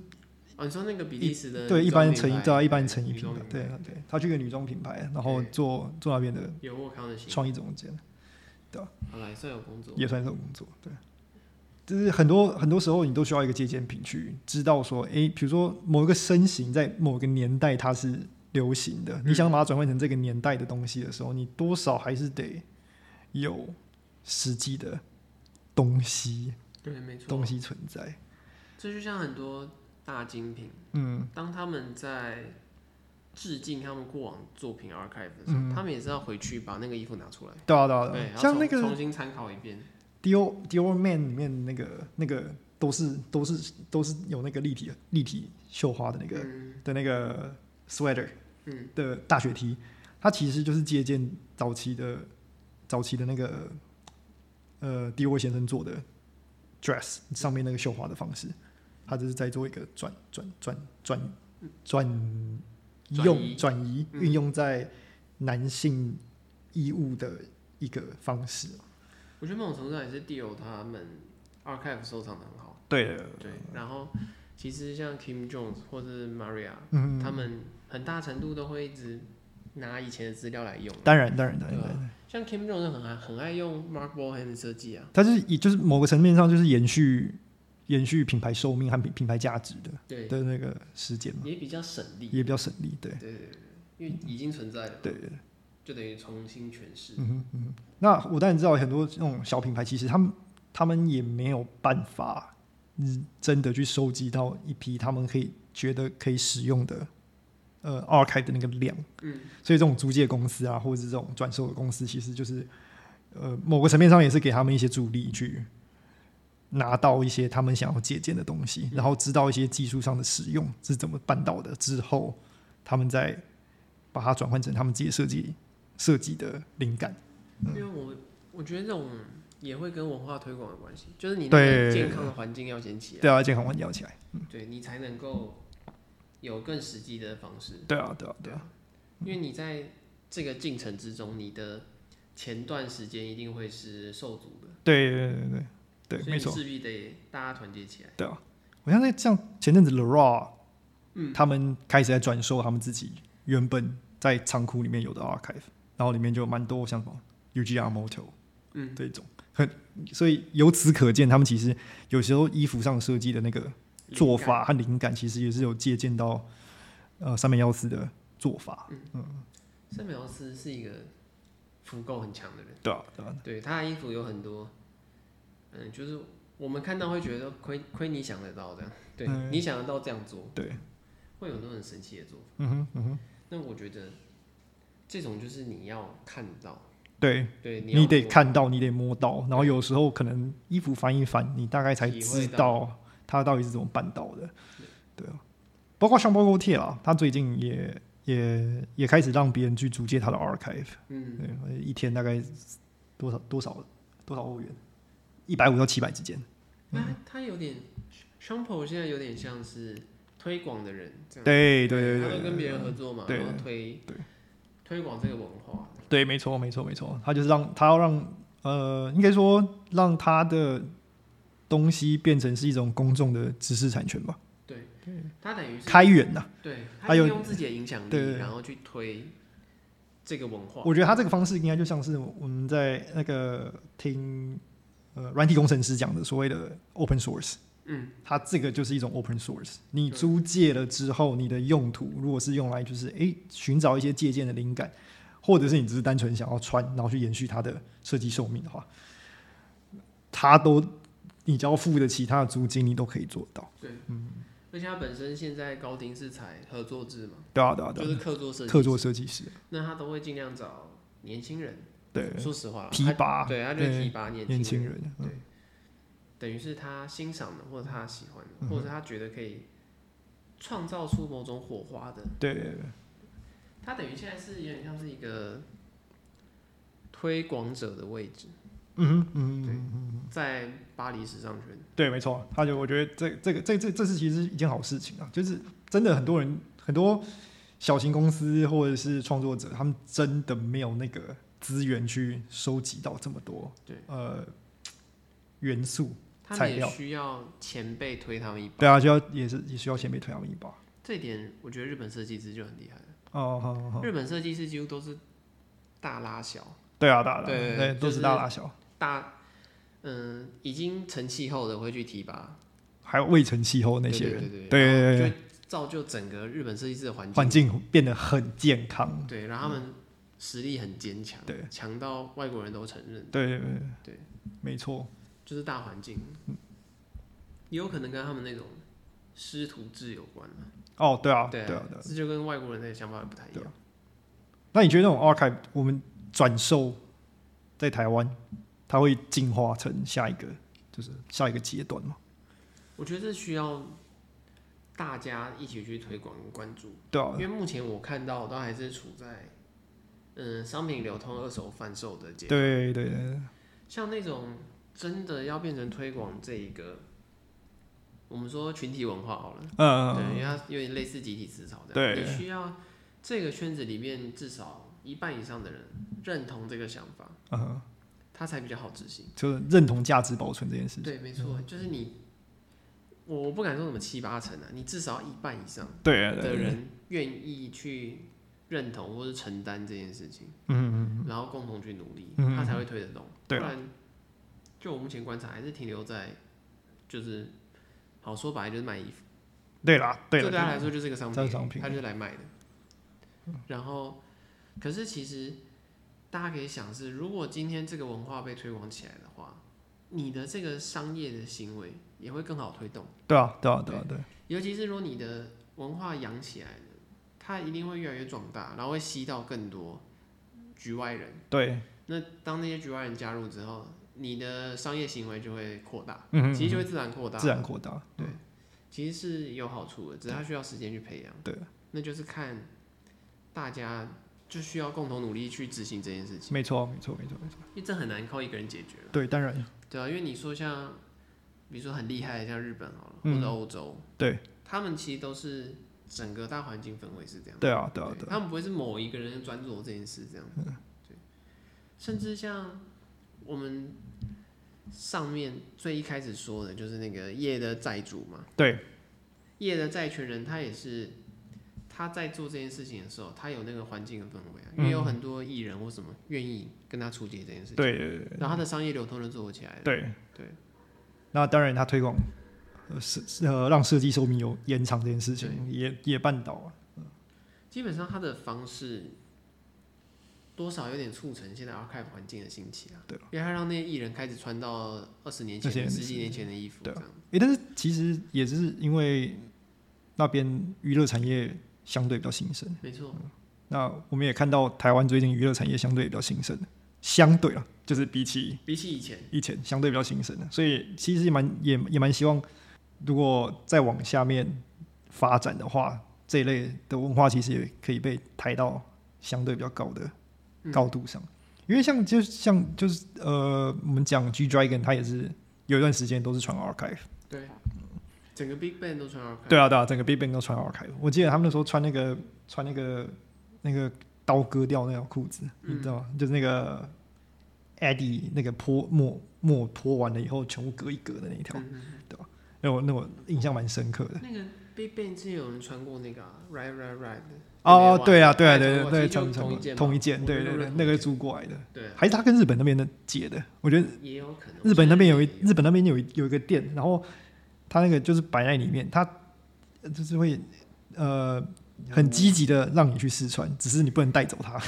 Speaker 2: 哦，你说那个比利时的
Speaker 1: 对
Speaker 2: 女
Speaker 1: 一
Speaker 2: 装
Speaker 1: 般
Speaker 2: 品
Speaker 1: 成衣，
Speaker 2: 牌
Speaker 1: 对啊一般成衣
Speaker 2: 女
Speaker 1: 品
Speaker 2: 装
Speaker 1: 牌
Speaker 2: 品，
Speaker 1: 对
Speaker 2: 牌
Speaker 1: 啊对，他去一个女装品牌，然后
Speaker 2: 对
Speaker 1: 做做那边的
Speaker 2: 有沃康的行，
Speaker 1: 创意总监，
Speaker 2: 好啦，也算有工作。
Speaker 1: 也算是种工作，对。就是很多很多时候，你都需要一个借鉴品去知道说，诶，比如说某一个身形在某个年代它是流行的，
Speaker 2: 嗯
Speaker 1: 你想把它转换成这个年代的东西的时候，你多少还是得有实际的东西
Speaker 2: 对，没错。
Speaker 1: 东西存在，
Speaker 2: 这就像很多大精品，
Speaker 1: 嗯。
Speaker 2: 当他们在致敬他们过往作品 archive 的时候，他们也是要回去把那个衣服拿出来，
Speaker 1: 对啊，对啊，对
Speaker 2: 对，
Speaker 1: 啊
Speaker 2: 然后
Speaker 1: 嗯像那
Speaker 2: 重
Speaker 1: 个
Speaker 2: 重新参考一遍。
Speaker 1: Dior Dior Man 里面那个那个都是都是都是有那个立体立体绣花的那个、
Speaker 2: 嗯
Speaker 1: 的那个 sweater
Speaker 2: 嗯，
Speaker 1: 的大雪 T，它其实就是借鉴早期的早期的那个呃 Dior 先生做的 dress 上面那个绣花的方式，它就是在做一个转转转转转
Speaker 2: 转移
Speaker 1: 用转移
Speaker 2: 嗯
Speaker 1: 运用在男性衣物的一个方式。哦
Speaker 2: 我觉得某种程度上也是 Dior 他们 archive 收藏的很好。
Speaker 1: 对嗯的，
Speaker 2: 对，然后其实像 Kim Jones 或是 Maria，、
Speaker 1: 嗯，
Speaker 2: 他们很大程度都会一直拿以前的资料来用。
Speaker 1: 当然，当然，当然，
Speaker 2: 对啊
Speaker 1: 当然
Speaker 2: 像 Kim Jones 很爱很爱用 Mark Bohan 的设计啊，
Speaker 1: 它就是以就是某个层面上就是延续延续品牌寿命和品品牌价值的
Speaker 2: 对，
Speaker 1: 的那个时间嘛，
Speaker 2: 也比较省力，
Speaker 1: 也比较省力。对，
Speaker 2: 对对对，因为已经存在了，
Speaker 1: 对，对对
Speaker 2: 就等于重新诠释。
Speaker 1: 嗯哼，嗯哼。那我当然知道很多这种小品牌，其实他们他们也没有办法，嗯，真的去收集到一批他们可以觉得可以使用的。呃，archive 的那个量，
Speaker 2: 嗯，
Speaker 1: 所以这种租借公司啊，或者是这种转售的公司，其实就是，呃，某个层面上也是给他们一些助力去，拿到一些他们想要借鉴的东西，然后知道一些技术上的使用是怎么办到的之后，他们再把它转换成他们自己设计设计的灵感。嗯
Speaker 2: 因为我我觉得这种也会跟文化推广有关系，就是你那
Speaker 1: 对嗯
Speaker 2: 个健康的环境要先起来，
Speaker 1: 对啊，健康环境要起来。
Speaker 2: 对你才能够有更实际的方式。
Speaker 1: 对啊，对啊，对啊。
Speaker 2: 因为你在这个进程之中，你的前段时间一定会是受阻的，
Speaker 1: 对对对对对，对
Speaker 2: 所以
Speaker 1: 没
Speaker 2: 你
Speaker 1: 错，
Speaker 2: 势必得大家团结起来。
Speaker 1: 对啊。我像在像前阵子 Lora，嗯，他们开始在转售他们自己原本在仓库里面有的 archive，然后里面就有蛮多像什么 UGR Moto，
Speaker 2: 嗯，
Speaker 1: 这种很，所以由此可见，他们其实有时候衣服上设计的那个做
Speaker 2: 灵感，
Speaker 1: 法和灵感，其实也是有借鉴到呃三本幺四的做法，
Speaker 2: 圣美劳斯是一个复购很强的人，
Speaker 1: 对啊，对啊，
Speaker 2: 对他的衣服有很多，嗯，就是我们看到会觉得亏亏你想得到这样，对、
Speaker 1: 嗯
Speaker 2: 你想得到这样做，
Speaker 1: 对，
Speaker 2: 会有那种很神奇的做法。
Speaker 1: 嗯哼，嗯哼，
Speaker 2: 那我觉得这种就是你要看到，
Speaker 1: 对
Speaker 2: 对，你要
Speaker 1: 你得
Speaker 2: 做
Speaker 1: 看到，你得摸到，然后有时候可能衣服翻一翻，你大概才
Speaker 2: 体
Speaker 1: 知
Speaker 2: 会
Speaker 1: 道他到底是怎么办到的，对啊，包括香包锅贴啦，他最近也也也开始让别人去租借他的 archive。
Speaker 2: 嗯，
Speaker 1: 对，一天大概多少多少多少欧元，一百五到七百之间。
Speaker 2: 那他有点 s h a m p o 现在有点像是推广的人这样，
Speaker 1: 对对
Speaker 2: 他
Speaker 1: 对
Speaker 2: 会跟别
Speaker 1: 对
Speaker 2: 人合作嘛，
Speaker 1: 对
Speaker 2: 然后推
Speaker 1: 对
Speaker 2: 推广这个文化，
Speaker 1: 对，没错没错没错，他就是让他要让呃，应该说让他的东西变成是一种公众的知识产权吧，
Speaker 2: 对，他等于是
Speaker 1: 开源呐、
Speaker 2: 对，
Speaker 1: 还
Speaker 2: 他
Speaker 1: 有
Speaker 2: 利用自己的影响
Speaker 1: 对对
Speaker 2: 力，
Speaker 1: 对
Speaker 2: 然后去推这个文化，
Speaker 1: 我觉得他这个方式应该就像是我们在那个听呃软体工程师讲的所谓的 open source。
Speaker 2: 嗯，
Speaker 1: 它这个就是一种 open source。你
Speaker 2: 对
Speaker 1: 租借了之后，你的用途如果是用来就是诶寻找一些借鉴的灵感，或者是你只是单纯想要穿，然后去延续它的设计寿命的话，它都你只要付得起它的租金，你都可以做到。
Speaker 2: 对，而且他本身现在高庭是采合作制嘛，
Speaker 1: 对啊，对啊，
Speaker 2: 就
Speaker 1: 对
Speaker 2: 是
Speaker 1: 啊，
Speaker 2: 客座设计，
Speaker 1: 客座，设计师，
Speaker 2: 那他都会尽量找年轻人，
Speaker 1: 对，
Speaker 2: 说实话啦，
Speaker 1: 提
Speaker 2: 啊他
Speaker 1: 拔
Speaker 2: 对，他就
Speaker 1: 对
Speaker 2: 提拔年
Speaker 1: 年
Speaker 2: 轻
Speaker 1: 轻
Speaker 2: 人。
Speaker 1: 人，
Speaker 2: 对，等于是他欣赏的，或者他喜欢
Speaker 1: 嗯
Speaker 2: 的，或者他觉得可以创造出某种火花的。
Speaker 1: 对对
Speaker 2: 他等于现在是有点像是一个推广者的位置，
Speaker 1: 嗯哼嗯
Speaker 2: 对
Speaker 1: 哼，
Speaker 2: 在巴黎时尚圈。
Speaker 1: 对，没错，他就我觉得这这个这这这是其实是一件好事情啊，就是真的很多人很多小型公司或者是创作者，他们真的没有那个资源去收集到这么多
Speaker 2: 对
Speaker 1: 呃元素，
Speaker 2: 他
Speaker 1: 材
Speaker 2: 们也
Speaker 1: 料
Speaker 2: 需要前辈推他们一把，
Speaker 1: 对啊，就要也是也需要前辈推他们一把。
Speaker 2: 这一点我觉得日本设计师就很厉害了。
Speaker 1: 哦，好好好，
Speaker 2: 日本设计师几乎都是大拉小，
Speaker 1: 对啊，大大
Speaker 2: 对
Speaker 1: 对
Speaker 2: 对
Speaker 1: 都
Speaker 2: 就是
Speaker 1: 是大大小，
Speaker 2: 大嗯已经成气候的会去提拔
Speaker 1: 还有未成气候那些
Speaker 2: 对
Speaker 1: 人，
Speaker 2: 对对
Speaker 1: 对
Speaker 2: 然
Speaker 1: 对
Speaker 2: 后
Speaker 1: 对
Speaker 2: 就造就整个日本设计师的环境
Speaker 1: 环境变得很健康。
Speaker 2: 对，然后他们实力很坚强，
Speaker 1: 嗯对，
Speaker 2: 强到外国人都承认，
Speaker 1: 对对对
Speaker 2: 对，
Speaker 1: 没错，
Speaker 2: 就是大环境，
Speaker 1: 嗯
Speaker 2: 也有可能跟他们那种师徒制有关啊
Speaker 1: 哦，对啊，
Speaker 2: 对啊
Speaker 1: 对啊，对啊。
Speaker 2: 这就跟外国人的想法不太一
Speaker 1: 对啊
Speaker 2: 样。
Speaker 1: 那你觉得那种 archive 我们转售在台湾，它会进化成下一个就是下一个阶段吗？
Speaker 2: 我觉得这需要大家一起去推广跟关注，
Speaker 1: 对啊
Speaker 2: 因，为目前我看到都还是处在嗯商品流通、二手贩售的阶段，
Speaker 1: 对对对，
Speaker 2: 像那种真的要变成推广这一个，我们说群体文化好了。对，因
Speaker 1: 嗯，
Speaker 2: 为它有点类似集体思潮的，
Speaker 1: 对
Speaker 2: 你需要这个圈子里面至少一半以上的人认同这个想法，
Speaker 1: 嗯，
Speaker 2: 它才比较好执行。
Speaker 1: 就是认同价值保存这件事情。
Speaker 2: 对，没错，
Speaker 1: 嗯
Speaker 2: 就是你，我不敢说什么七八成啊，你至少一半以上
Speaker 1: 对啊
Speaker 2: 的
Speaker 1: 对对，
Speaker 2: 人愿意去认同或是承担这件事情，
Speaker 1: 嗯嗯
Speaker 2: 然后共同去努力，
Speaker 1: 嗯
Speaker 2: 它才会推得动。
Speaker 1: 对啊
Speaker 2: 不然就我目前观察，还是停留在就是好说白了就是卖衣服。
Speaker 1: 对啦对
Speaker 2: 对他
Speaker 1: 啦，
Speaker 2: 来说就是一个商
Speaker 1: 这
Speaker 2: 品，
Speaker 1: 是商品
Speaker 2: 他就是来卖的。然后，可是其实大家可以想是，如果今天这个文化被推广起来的话，你的这个商业的行为也会更好推动。
Speaker 1: 对啊对啊对啊对，
Speaker 2: 尤其是如果你的文化养起来了，它一定会越来越壮大，然后会吸到更多局外人。
Speaker 1: 对
Speaker 2: 那当那些局外人加入之后，你的商业行为就会扩大，
Speaker 1: 嗯哼
Speaker 2: 其实就会自然扩大，
Speaker 1: 自然扩大，对，
Speaker 2: 其实是有好处的，只是它需要时间去培养。
Speaker 1: 对，
Speaker 2: 那就是看大家就需要共同努力去执行这件事情，
Speaker 1: 没错，没错，没错，没错，
Speaker 2: 因为这很难靠一个人解决。
Speaker 1: 对，当然，
Speaker 2: 对啊，因为你说像，比如说很厉害的像日本好了，
Speaker 1: 嗯
Speaker 2: 或者欧洲，
Speaker 1: 对，
Speaker 2: 他们其实都是整个大环境氛围是这样。
Speaker 1: 对啊，对啊，嗯对啊，
Speaker 2: 他们不会是某一个人专注这件事这样。对，甚至像我们上面最一开始说的，就是那个业的债主嘛，
Speaker 1: 对，
Speaker 2: 业的债权人他也是他在做这件事情的时候，他有那个环境的氛围啊，
Speaker 1: 嗯
Speaker 2: 因为有很多艺人或什么愿意跟他出解这件事情，
Speaker 1: 对，对，对
Speaker 2: 然后他的商业流通就做起来了。
Speaker 1: 对，
Speaker 2: 对，
Speaker 1: 那当然，他推广呃设呃让设计寿命有延长这件事情，也也办到啊，
Speaker 2: 基本上他的方式多少有点促成现在 archive 环境的兴起啊。
Speaker 1: 对，
Speaker 2: 因为他让那些艺人开始穿到二十年前
Speaker 1: 那些、人
Speaker 2: 十几年前的衣服，这
Speaker 1: 对啊
Speaker 2: 样
Speaker 1: 诶，但是其实也只是因为那边娱乐产业相对比较兴盛，
Speaker 2: 没错。
Speaker 1: 那我们也看到台湾最近娱乐产业相对比较兴盛，相对啊，就是比起
Speaker 2: 比起以前，
Speaker 1: 以前相对比较兴盛的，所以其实也蛮也也蛮希望，如果再往下面发展的话，这一类的文化其实也可以被抬到相对比较高的高度上，因为像就像就是呃，我们讲 G Dragon，它也是有一段时间都是传 archive，
Speaker 2: 对，整个 Big Bang 都穿 archive。
Speaker 1: 对啊对啊，整个 Big Bang 都穿 archive，我记得他们那时候穿那个穿那个那个刀割掉那条裤子，你知道
Speaker 2: 嗯
Speaker 1: 吗？就是那个 Eddie 那个泼墨墨泼完了以后，全部割一割的那一条。
Speaker 2: 嗯嗯
Speaker 1: 那我那我印象蛮深刻的
Speaker 2: 嗯。那个 Big Bang 之前有人穿过那个啊 Right Right Right 的。
Speaker 1: 哦，对啊，对啊，对
Speaker 2: 对
Speaker 1: 对对，
Speaker 2: 同
Speaker 1: 同
Speaker 2: 同一件嘛，
Speaker 1: 同一件，
Speaker 2: 我
Speaker 1: 对
Speaker 2: 觉得
Speaker 1: 对
Speaker 2: 都
Speaker 1: 对
Speaker 2: 是，
Speaker 1: 那
Speaker 2: 同
Speaker 1: 个是
Speaker 2: 一件
Speaker 1: 租过来的，
Speaker 2: 对啊，
Speaker 1: 还是他跟日本那边的借的。我觉得
Speaker 2: 也有可能。
Speaker 1: 日本那边有一
Speaker 2: 我现在也
Speaker 1: 日本那边有一有一个店，然后他那个就是摆在里面，他就是会呃很积极的让你去试穿，只是你不能带走它，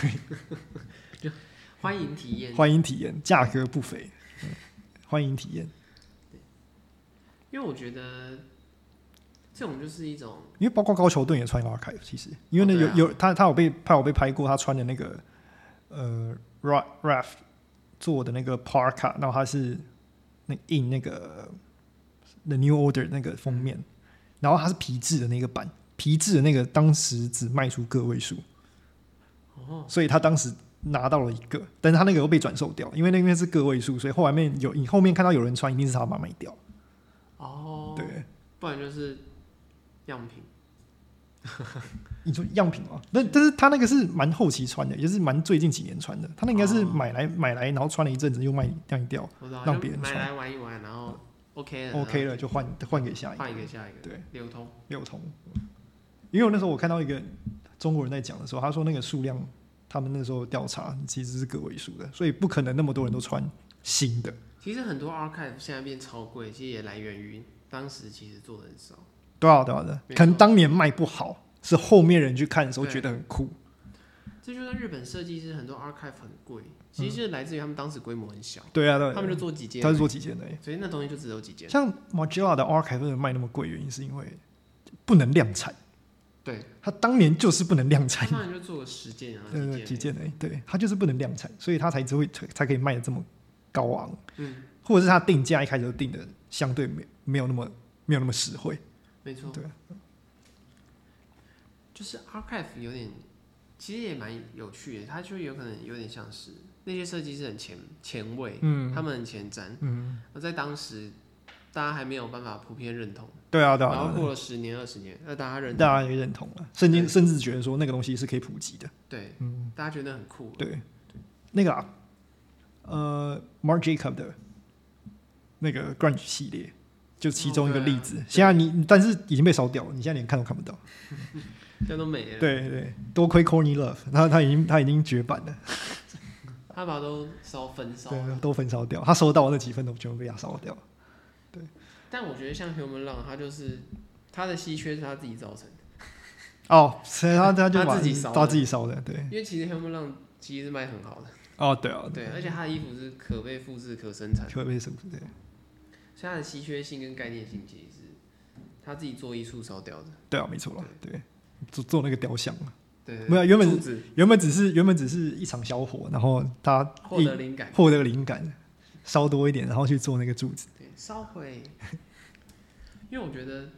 Speaker 2: 欢迎体验，
Speaker 1: 欢迎体验，价格不菲，嗯欢迎体验。
Speaker 2: 因为我觉得这种就是一种
Speaker 1: 因为包括高桥盾也穿 archive，其实因为呢、
Speaker 2: 哦对啊
Speaker 1: 有有他他有被他有被拍过，他穿的那个呃 Ra- Raf 做的那个 parka，然后他是那印那个 The New Order 那个封面，然后它是皮质的那个版，皮质的那个当时只卖出个位数，
Speaker 2: 哦，
Speaker 1: 所以他当时拿到了一个，但是他那个又被转售掉，因为那边是个位数，所以后来面有你后面看到有人穿，一定是他把它卖掉，
Speaker 2: 哦，
Speaker 1: 对。，啊
Speaker 2: 不然就是样品。
Speaker 1: 你说样品吗？但但是他那个是蛮后期穿的，也就是蛮最近几年穿的。他那应该是
Speaker 2: 哦
Speaker 1: 买来、买来，然后穿了一阵子又卖卖掉
Speaker 2: 我知道，
Speaker 1: 让
Speaker 2: 就
Speaker 1: 别人
Speaker 2: 买
Speaker 1: 穿
Speaker 2: 来玩一玩，然后 OK 了
Speaker 1: ，OK 了就换换给下
Speaker 2: 然
Speaker 1: 一
Speaker 2: 后换
Speaker 1: 个
Speaker 2: 一个下一个，
Speaker 1: 对，
Speaker 2: 流通，
Speaker 1: 六通。因为我那时候我看到一个中国人在讲的时候，他说那个数量，他们那时候调查其实是个位数的，所以不可能那么多人都穿新的。
Speaker 2: 其实很多 archive 现在变超贵，其实也来源于当时其实做的很少。
Speaker 1: 对啊，对啊，对啊
Speaker 2: 没错
Speaker 1: 可能当年卖不好，是后面人去看的时候
Speaker 2: 对
Speaker 1: 觉得很酷。
Speaker 2: 这就跟日本设计师很多 archive 很贵，其实就是来自于他们当时规模很小，
Speaker 1: 对啊，对啊，
Speaker 2: 他们就
Speaker 1: 对啊
Speaker 2: 做几件
Speaker 1: 他
Speaker 2: 而
Speaker 1: 是
Speaker 2: 已，
Speaker 1: 做几件的而已。
Speaker 2: 所以那东西就只有几件。
Speaker 1: 像 Mozilla 的 Archive 为什么卖那么贵，原因是因为不能量产。
Speaker 2: 对，
Speaker 1: 它当年就是不能量
Speaker 2: 他
Speaker 1: 产，
Speaker 2: (laughs) 当然就做个十件啊，
Speaker 1: 呃，
Speaker 2: 几
Speaker 1: 几
Speaker 2: 件
Speaker 1: 件哎，对，它就是不能量产，所以它才只会才才可以卖的这么高昂，
Speaker 2: 而已，嗯，
Speaker 1: 或者是它定价一开始就定的相对没没有那么没有那么实惠。
Speaker 2: 没错，
Speaker 1: 对，
Speaker 2: 就是 archive 有点，其实也蛮有趣的，它就有可能有点像是那些设计师很前前卫，
Speaker 1: 嗯
Speaker 2: 他们很前瞻，
Speaker 1: 嗯，
Speaker 2: 而在当时大家还没有办法普遍认同，
Speaker 1: 对啊，对啊，
Speaker 2: 然
Speaker 1: 对啊
Speaker 2: 后
Speaker 1: 对啊
Speaker 2: 过了十年二十年，那大家认同，
Speaker 1: 大家也认同了，甚
Speaker 2: 对
Speaker 1: 至甚至觉得说那个东西是可以普及的。
Speaker 2: 对，
Speaker 1: 嗯，
Speaker 2: 大家觉得很酷，
Speaker 1: 对，那个啊，呃，Mark Jacob 的那个 Grunge 系列，就其中一个
Speaker 2: 哦对啊
Speaker 1: 例子。现在你你但是已经被烧掉了，你现在连看都看不到。
Speaker 2: 现在都没了，
Speaker 1: 对对，多亏 Corny Love，然后他已经他已经绝版了，
Speaker 2: 他把都烧焚烧了
Speaker 1: 对，。都焚烧掉。他收到的那几份都全部被他烧掉。
Speaker 2: 但我觉得像 Human Run，它就是它的稀缺是他自己造成的，
Speaker 1: 哦，所以他他就
Speaker 2: (laughs) 他
Speaker 1: 把
Speaker 2: 自己烧的
Speaker 1: 他自己烧的，对。
Speaker 2: 因为其实 Human Run 其实卖很好的，
Speaker 1: 哦，对啊，
Speaker 2: 对，而且它的衣服是可被复制、可生产，
Speaker 1: 可被什么？对，
Speaker 2: 所以它的稀缺性跟概念性其实是他自己做艺术烧掉的。
Speaker 1: 对啊，没错了，对，做做那个雕像嘛。
Speaker 2: 对，对
Speaker 1: 没有原本
Speaker 2: 柱子
Speaker 1: 原本只是原本只是一场小火，然后他
Speaker 2: 获得灵感，
Speaker 1: 获得灵感，烧多一点，然后去做那个柱子。
Speaker 2: 对，烧毁。因为我觉得，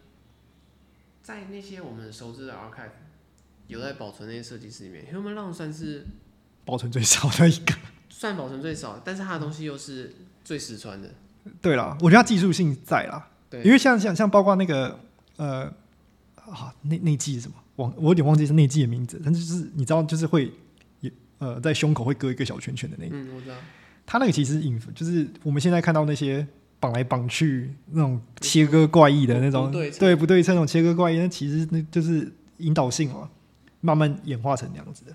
Speaker 2: 在那些我们熟知的 archive 有在保存那些设计师里面，Human Long 算是
Speaker 1: 保存最少的一个。 (laughs)
Speaker 2: 算保存最少，但是他的东西又是最实穿的。
Speaker 1: 对啦，我觉得它技术性在啦，
Speaker 2: 对，
Speaker 1: 因为像像像包括那个呃啊内内记是什么，忘我有点忘记是内记的名字，但是就是你知道就是会也呃在胸口会割一个小圈圈的那个，
Speaker 2: 嗯，我知道，
Speaker 1: 它那个其实引就是我们现在看到那些绑来绑去那种切割怪异的那种
Speaker 2: 不对称
Speaker 1: 对不对称那种切割怪异，那其实那就是引导性嘛，慢慢演化成那样子的。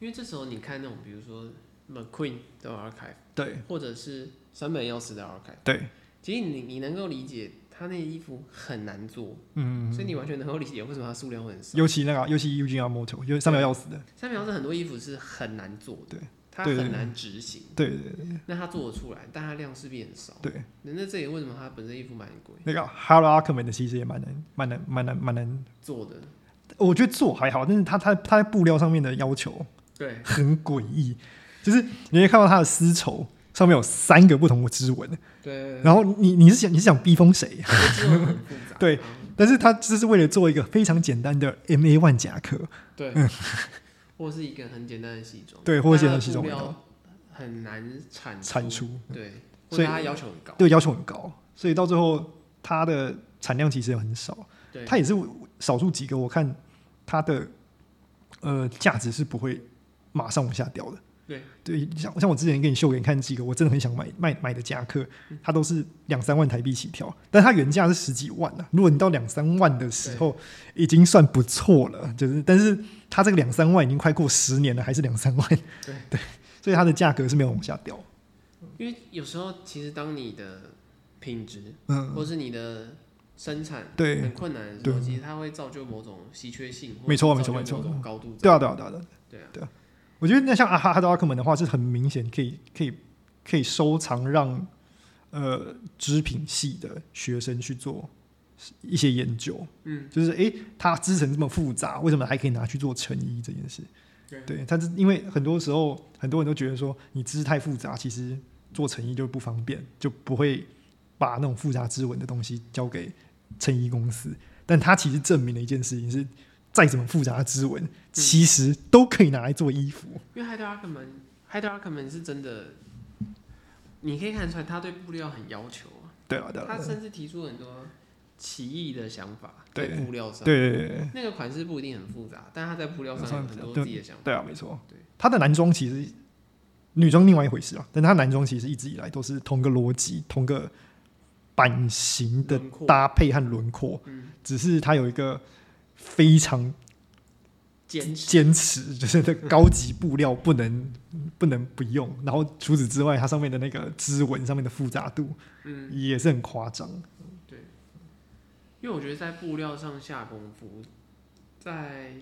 Speaker 2: 因为这时候你看那种，比如说 McQueen 的 archive，
Speaker 1: 对
Speaker 2: 或者是山本耀司的 archive，
Speaker 1: 对，
Speaker 2: 其实你你能够理解他那衣服很难做，
Speaker 1: 嗯，
Speaker 2: 所以你完全能够理解为什么它数量会很少。
Speaker 1: 尤其那个尤其 U G R Moto 就是三秒要死的，
Speaker 2: 山本耀司很多衣服是很难做的，
Speaker 1: 对，
Speaker 2: 它
Speaker 1: 对对
Speaker 2: 很
Speaker 1: 对
Speaker 2: 难执行。
Speaker 1: 对对对
Speaker 2: 那他做得出来，但他量势必很少。
Speaker 1: 对。
Speaker 2: 那那这也为什么他本身衣服蛮贵，
Speaker 1: 那个 Hara a r k m a n 的其实也蛮难、蛮难、蛮难、蛮难。
Speaker 2: 做的
Speaker 1: 我觉得做还好，但是他他他在布料上面的要求
Speaker 2: 对
Speaker 1: 很诡异，就是你会看到他的丝绸上面有三个不同的织纹，
Speaker 2: (laughs) 对，
Speaker 1: 然后你你是想你是想逼疯谁？ (laughs)
Speaker 2: 这种很复杂。啊
Speaker 1: 对但是他就是为了做一个非常简单的 M A One 夹克，
Speaker 2: 对， (laughs) 或是一个很简单的西装，
Speaker 1: 对或者
Speaker 2: 但它
Speaker 1: 简单的
Speaker 2: 的
Speaker 1: 西装
Speaker 2: 布料很难产
Speaker 1: 产出
Speaker 2: 对，或
Speaker 1: 所
Speaker 2: 者
Speaker 1: 以
Speaker 2: 它要求很高，
Speaker 1: 对要求很高，所以到最后它的产量其实很少，
Speaker 2: 对，
Speaker 1: 它也是少数几个我看它的呃价值是不会马上往下掉的。
Speaker 2: 对
Speaker 1: 对，像像我之前给你秀给你看几个，我真的很想买卖买的夹克，
Speaker 2: 嗯
Speaker 1: 它都是两三万台币起跳，但它原价是十几万啊。如果你到两三万的时候，已经算不错了，就是，但是它这个两三万已经快过十年了，还是两三万， (laughs)
Speaker 2: 对
Speaker 1: 所以它的价格是没有往下掉。
Speaker 2: 因为有时候其实当你的品质
Speaker 1: 嗯，
Speaker 2: 或是你的生产
Speaker 1: 对
Speaker 2: 很困难的时候，
Speaker 1: 对
Speaker 2: 其实它会造就某种稀缺性，或者
Speaker 1: 没错
Speaker 2: 造就
Speaker 1: 没错
Speaker 2: 某
Speaker 1: 没错
Speaker 2: 种高度在，
Speaker 1: 对啊，对啊，对啊，对啊
Speaker 2: 对啊，
Speaker 1: 我觉得那像阿哈哈德阿克门的话，是很明显可以可以可以收藏让呃织品系的学生去做一些研究，
Speaker 2: 嗯，
Speaker 1: 就是诶，它织成这么复杂，为什么还可以拿去做成衣这件事？
Speaker 2: 对
Speaker 1: 对，但是因为很多时候很多人都觉得说你织太复杂，其实做成衣就不方便，就不会把那种复杂织纹的东西交给成衣公司。但它其实证明了一件事情是，再怎么复杂的织纹，其实都可以拿来做衣服。
Speaker 2: 因为海德阿克门，海德阿克门是真的，你可以看得出来他对布料很要求啊，
Speaker 1: 对啊，对啊，
Speaker 2: 他
Speaker 1: 对啊
Speaker 2: 甚至提出很多奇异的想法在
Speaker 1: 对
Speaker 2: 布料上。
Speaker 1: 对对啊对对
Speaker 2: 那个款式不一定很复杂，但他在布料上有很多自己的想法。
Speaker 1: 对啊，没错
Speaker 2: 对。
Speaker 1: 他的男装其实女装另外一回事啊，但他男装其实一直以来都是同个逻辑、同个版型的
Speaker 2: 轮廓
Speaker 1: 搭配和轮廓，
Speaker 2: 嗯，
Speaker 1: 只是他有一个非常
Speaker 2: 坚持
Speaker 1: 坚持，就是那高级布料不能不能不用。然后除此之外，它上面的那个织纹上面的复杂度，
Speaker 2: 嗯，
Speaker 1: 也是很夸张。
Speaker 2: 因为我觉得在布料上下功夫，在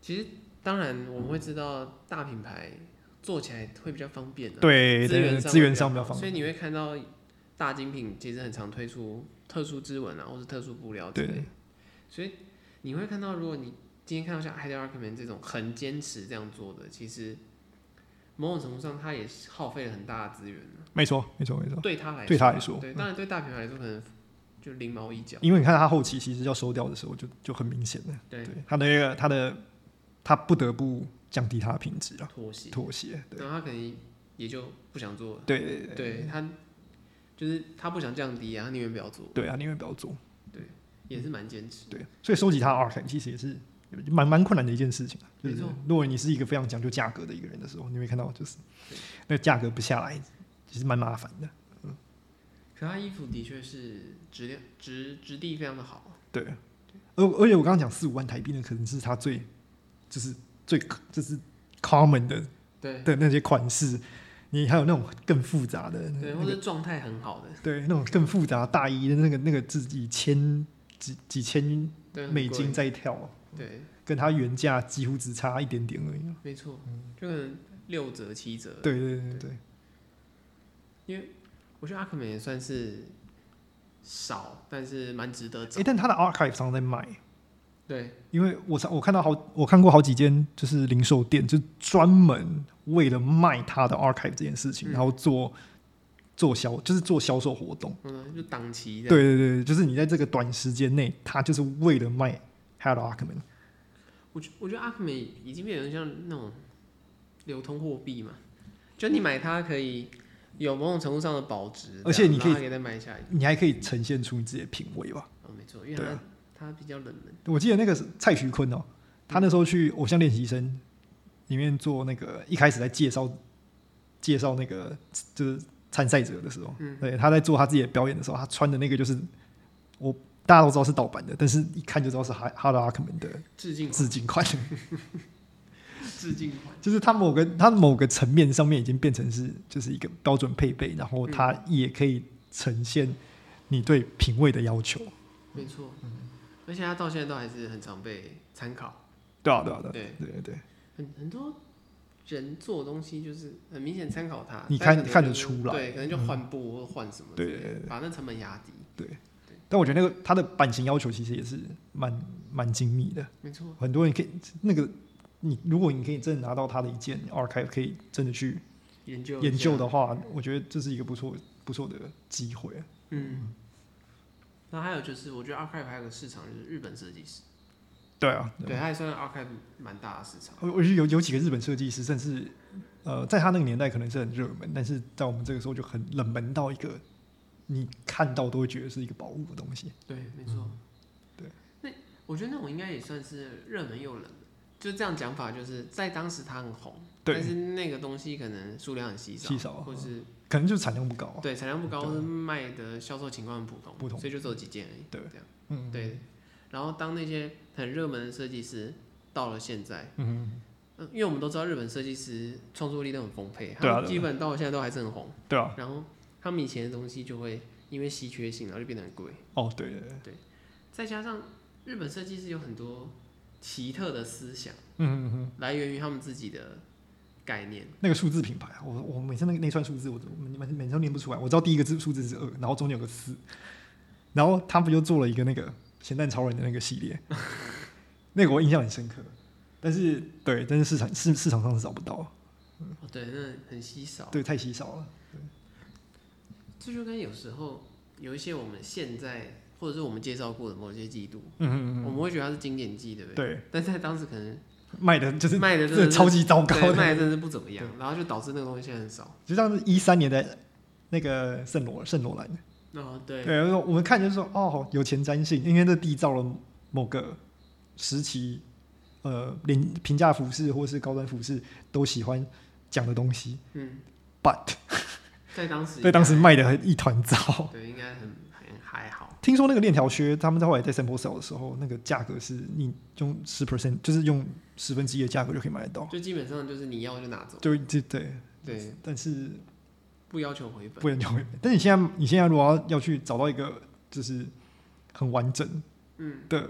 Speaker 2: 其实当然我们会知道大品牌做起来会比较方便、啊，，
Speaker 1: 对，
Speaker 2: 资源
Speaker 1: 对
Speaker 2: 上
Speaker 1: 资源
Speaker 2: 会
Speaker 1: 上比较
Speaker 2: 好
Speaker 1: 方
Speaker 2: 所以
Speaker 1: 便。
Speaker 2: 你会看到大精品其实很常推出特殊织纹啊，或是特殊布料之类
Speaker 1: 对。
Speaker 2: 所以你会看到，如果你今天看到像 Hyder a r k m a n 这种很坚持这样做的，其实某种程度上它也是耗费了很大的资源啊、
Speaker 1: 没错，没错，没错。
Speaker 2: 对他来说，
Speaker 1: 对他来说嗯
Speaker 2: 对，当然对大品牌来说可能就零毛一角，
Speaker 1: 因为你看他后期其实要收掉的时候就，就很明显了。
Speaker 2: 对
Speaker 1: 对，他的那个他的他不得不降低他的品质啊，
Speaker 2: 妥协，
Speaker 1: 妥协。对
Speaker 2: 然后他可能也就不想做了，
Speaker 1: 对对对
Speaker 2: 对他就是他不想降低啊，他宁愿不要做，
Speaker 1: 对啊，宁愿不要做。
Speaker 2: 也是蛮坚持。
Speaker 1: 对，所以收集他的 a r c 其实也是蛮蛮困难的一件事情啊。就是
Speaker 2: 没错
Speaker 1: 如果你是一个非常讲究价格的一个人的时候，你会看到就是那价格不下来，其实蛮麻烦的。
Speaker 2: 可他衣服的确是质量质质地非常的好，啊
Speaker 1: 对，而而且我刚刚讲四五万台币呢，可能是他最就是最就是 common 的
Speaker 2: 对
Speaker 1: 的那些款式，你还有那种更复杂的，
Speaker 2: 对，
Speaker 1: 那
Speaker 2: 或
Speaker 1: 个
Speaker 2: 者状态很好的，
Speaker 1: 对那种更复杂大衣的那个那个自己千几几千
Speaker 2: 对，很
Speaker 1: 美
Speaker 2: 贵
Speaker 1: 金，在跳，
Speaker 2: 对，
Speaker 1: 跟它原价几乎只差一点点而已。
Speaker 2: 没错，就可能六折七折，
Speaker 1: 对对对对
Speaker 2: 我觉得阿克美也算是少，但是蛮值得找
Speaker 1: 对，哎，，但它的 archive 常在卖，
Speaker 2: 对，
Speaker 1: 因为我常我看到好我看过好几间就是零售店，就专门为了卖它的 archive 这件事情，
Speaker 2: 嗯
Speaker 1: 然后做做销，就是做销售活动。
Speaker 2: 嗯，就档期这样。
Speaker 1: 对对对，就是你在这个短时间内，他就是为了卖 h a d o Ackman。
Speaker 2: 我觉我觉得阿克美已经变成像那种流通货币嘛，就你买它可以有某种程度上的保值这样，
Speaker 1: 而且你可以
Speaker 2: 然后它可以再买下一个。
Speaker 1: 你还可以呈现出你自己的品味吧。
Speaker 2: 哦，没错，因为
Speaker 1: 对
Speaker 2: 它、
Speaker 1: 啊
Speaker 2: 它比较冷门。
Speaker 1: 我记得那个是蔡徐坤哦，他那时候去《偶像练习生》里面做那个，一开始在介绍介绍那个就是参赛者的时候，
Speaker 2: 嗯
Speaker 1: 对，他在做他自己的表演的时候，他穿的那个就是我大家都知道是盗版的，但是一看就知道是哈哈拉阿克门的
Speaker 2: 致敬
Speaker 1: 致敬款， (laughs)
Speaker 2: 致敬款，
Speaker 1: 就是他某个他某个层面上面已经变成是就是一个标准配备，然后他也可以呈现你对品味的要求，
Speaker 2: 没错。
Speaker 1: 嗯
Speaker 2: 而且它到现在都还是很常被参考，
Speaker 1: 对啊，对啊，对啊，
Speaker 2: 对，
Speaker 1: 对对对，
Speaker 2: 很很多人做的东西就是很明显参考它，
Speaker 1: 你
Speaker 2: 但
Speaker 1: 看
Speaker 2: 可能
Speaker 1: 看得
Speaker 2: 就是
Speaker 1: 出来嗯
Speaker 2: 对，可能就换布或换什么之类的，
Speaker 1: 对对
Speaker 2: 把那成本压低，
Speaker 1: 但我觉得那个它的版型要求其实也是蛮蛮精密的，
Speaker 2: 没错。
Speaker 1: 很多人可以那个你如果你可以真的拿到它的一件 archive，可以真的去
Speaker 2: 研究一
Speaker 1: 研究
Speaker 2: 下
Speaker 1: 的话，我觉得这是一个不错不错的机会。
Speaker 2: 嗯，那还有就是，我觉得 archive 还有个市场就是日本设计师，
Speaker 1: 对啊，
Speaker 2: 对，它也算是 archive 蛮大的市场。
Speaker 1: 我我觉得有有几个日本设计师，甚至呃，在他那个年代可能是很热门，但是在我们这个时候就很冷门到一个你看到都会觉得是一个宝物的东西。
Speaker 2: 对，没错。
Speaker 1: 嗯对，
Speaker 2: 那我觉得那种应该也算是热门又冷门，就这样讲法，就是在当时它很红，
Speaker 1: 对
Speaker 2: 但是那个东西可能数量很稀少，
Speaker 1: 稀少
Speaker 2: 或是
Speaker 1: 可能就是产量不高啊。
Speaker 2: 对产量不高，
Speaker 1: 对
Speaker 2: 或是卖的销售情况很普通，
Speaker 1: 普通
Speaker 2: 所以就只有几件而已。
Speaker 1: 对
Speaker 2: 这样
Speaker 1: 嗯，
Speaker 2: 对。然后当那些很热门的设计师到了现在，
Speaker 1: 嗯，
Speaker 2: 嗯，因为我们都知道日本设计师创作力都很丰沛，
Speaker 1: 对啊
Speaker 2: 他们
Speaker 1: 对啊
Speaker 2: 基本到现在都还是很红。
Speaker 1: 对啊，
Speaker 2: 然后他们以前的东西就会因为稀缺性，然后就变得很贵。
Speaker 1: 哦，对对对，
Speaker 2: 再加上日本设计师有很多奇特的思想，
Speaker 1: 嗯嗯嗯。
Speaker 2: 来源于他们自己的概念。
Speaker 1: 那个数字品牌啊，我我每次那个那串数字，我我每每次都念不出来。我知道第一个字数字是二，然后中间有个四，然后他们就做了一个那个咸蛋超人的那个系列，
Speaker 2: (laughs)
Speaker 1: 那个我印象很深刻。但是对，但是市场市市场上是找不到，
Speaker 2: 哦，对，那很稀少。
Speaker 1: 对，太稀少了。
Speaker 2: 这就跟有时候有一些我们现在或者是我们介绍过的某些季度，
Speaker 1: 嗯
Speaker 2: 我们会觉得它是经典季，对不对？
Speaker 1: 对，
Speaker 2: 但在当时可能
Speaker 1: 卖的就是
Speaker 2: 卖的
Speaker 1: 真
Speaker 2: 真的
Speaker 1: 的
Speaker 2: 是
Speaker 1: 超级糟糕
Speaker 2: 对
Speaker 1: 的，
Speaker 2: 卖的真的是不怎么样，然后就导致那个东西现在很少。
Speaker 1: 就像是一三年的那个圣罗圣罗兰，
Speaker 2: 哦，对，
Speaker 1: 对，然后我们看就是说，哦，有前瞻性，因为这缔造了某个时期，呃，廉平价服饰或是高端服饰都喜欢讲的东西。
Speaker 2: 嗯，
Speaker 1: But
Speaker 2: 在当时
Speaker 1: 在当时
Speaker 2: 应
Speaker 1: 卖的很一团糟 (laughs)
Speaker 2: 该。对应该很很还好。
Speaker 1: 听说那个链条靴，他们在后来在 sample sale 的时候，那个价格是你用十 percent，就是用十分之一的价格就可以买得到。
Speaker 2: 就基本上就是你要就拿走，
Speaker 1: 就这哦对，
Speaker 2: 对，
Speaker 1: 但是
Speaker 2: 不要求回本。
Speaker 1: 不能用。但你现在你现在如果要要去找到一个就是很完整
Speaker 2: 嗯
Speaker 1: 的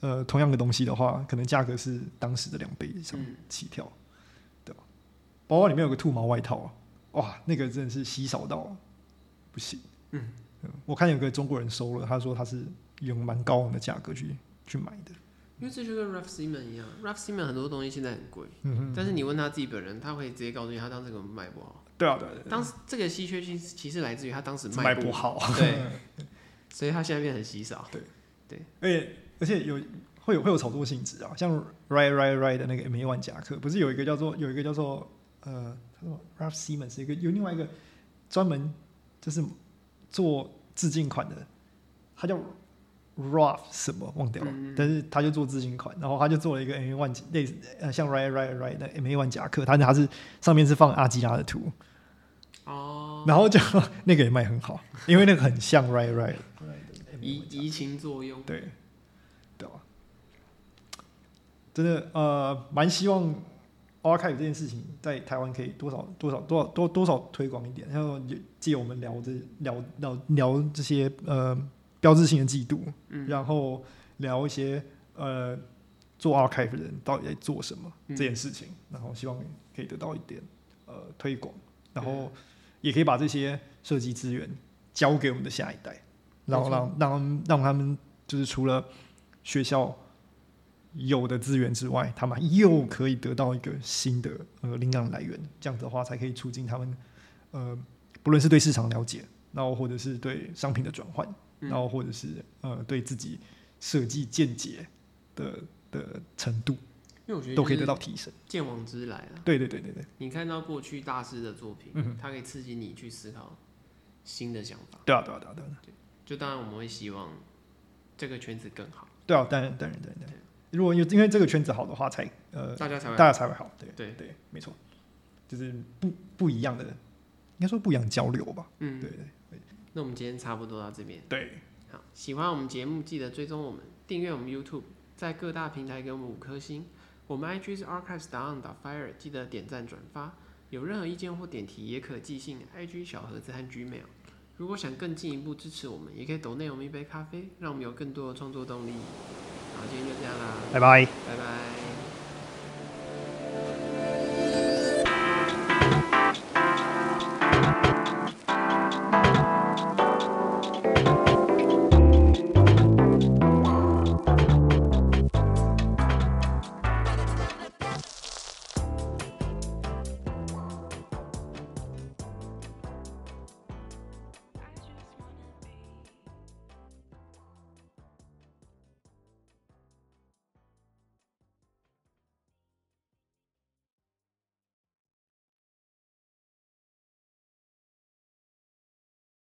Speaker 1: 呃同样的东西的话，可能价格是当时的两倍以上
Speaker 2: 嗯，
Speaker 1: 起跳，对吧？包包里面有个兔毛外套啊，哇，那个真的是稀少到不行。
Speaker 2: 嗯
Speaker 1: 我看有个中国人收了，他说他是用蛮高昂的价格去去买的。
Speaker 2: 因为这就跟 Ralph Simon 一样，Ralph Simon 很多东西现在很贵，
Speaker 1: 嗯
Speaker 2: 但是你问他自己本人，他会直接告诉你他当时根本卖不好。
Speaker 1: 对啊，对啊对啊
Speaker 2: 当时这个稀缺性其实来自于他当时
Speaker 1: 卖
Speaker 2: 不
Speaker 1: 不，好，
Speaker 2: 对， (laughs) 所以他现在变得很稀
Speaker 1: (laughs)
Speaker 2: 少。
Speaker 1: 而且而且有会有会有炒作性质啊，像 Right Right Right 的那个 MA One 夹克，不是有一个叫做有一个叫做呃，他说 Ralph Simmons 一个有另外一个专门就是做致敬款的，他叫 Ralph 什么忘掉了，
Speaker 2: 嗯
Speaker 1: 但是他就做致敬款，然后他就做了一个 MA One 类似呃像 Right Right Right 的 MA One 夹克，但是它是上面是放阿基拉的图，
Speaker 2: 哦，
Speaker 1: 然后就 (laughs) 那个也卖很好，因为那个很像 Right Right
Speaker 2: 移移情作用，
Speaker 1: 对，对吧？真的呃，蛮希望 archive 这件事情在台湾可以多少多少多少多多少推广一点，然后也借我们聊这聊聊聊这些呃标志性的季度，
Speaker 2: 嗯
Speaker 1: 然后聊一些呃做 archive 的人到底在做什么、
Speaker 2: 嗯
Speaker 1: 这件事情，然后希望可以得到一点呃推广，然
Speaker 2: 对
Speaker 1: 后也可以把这些设计资源交给我们的下一代，然后
Speaker 2: 没错
Speaker 1: 让让他们让他们就是除了学校有的资源之外，他们又可以得到一个新的呃灵感来源，这样子的话才可以促进他们呃不论是对市场了解，然后或者是对商品的转换，
Speaker 2: 嗯
Speaker 1: 然后或者是呃对自己设计见解的的程度，
Speaker 2: 因为我觉得
Speaker 1: 都可以得
Speaker 2: 就是
Speaker 1: 到提升。
Speaker 2: 见往之来了。
Speaker 1: 对对对对对嗯
Speaker 2: 你看到过去大师的作品，它可以刺激你去思考新的想法。
Speaker 1: 对啊对啊对啊对啊
Speaker 2: 就当然我们会希望这个圈子更好，
Speaker 1: 对啊，当然当然当然当然。如果因为因为这个圈子好的话才，呃
Speaker 2: 大家才
Speaker 1: 大
Speaker 2: 会
Speaker 1: 家才会好。对
Speaker 2: 对
Speaker 1: 对，没错，就是不不一样的，应该说不一样的交流吧。
Speaker 2: 嗯，
Speaker 1: 对对
Speaker 2: 那我们今天差不多到这边。
Speaker 1: 对，
Speaker 2: 好，喜欢我们节目记得追踪我们，订阅我们 YouTube，在各大平台给我们五颗星。我们 IG 是 archives 答案打 fire，记得点赞转发。有任何意见或点题也可寄信 IG 小盒子和 Gmail。如果想更进一步支持我们，也可以抖内我们一杯咖啡，让我们有更多的创作动力。好，今天就这样啦，
Speaker 1: 拜拜。
Speaker 2: 拜拜。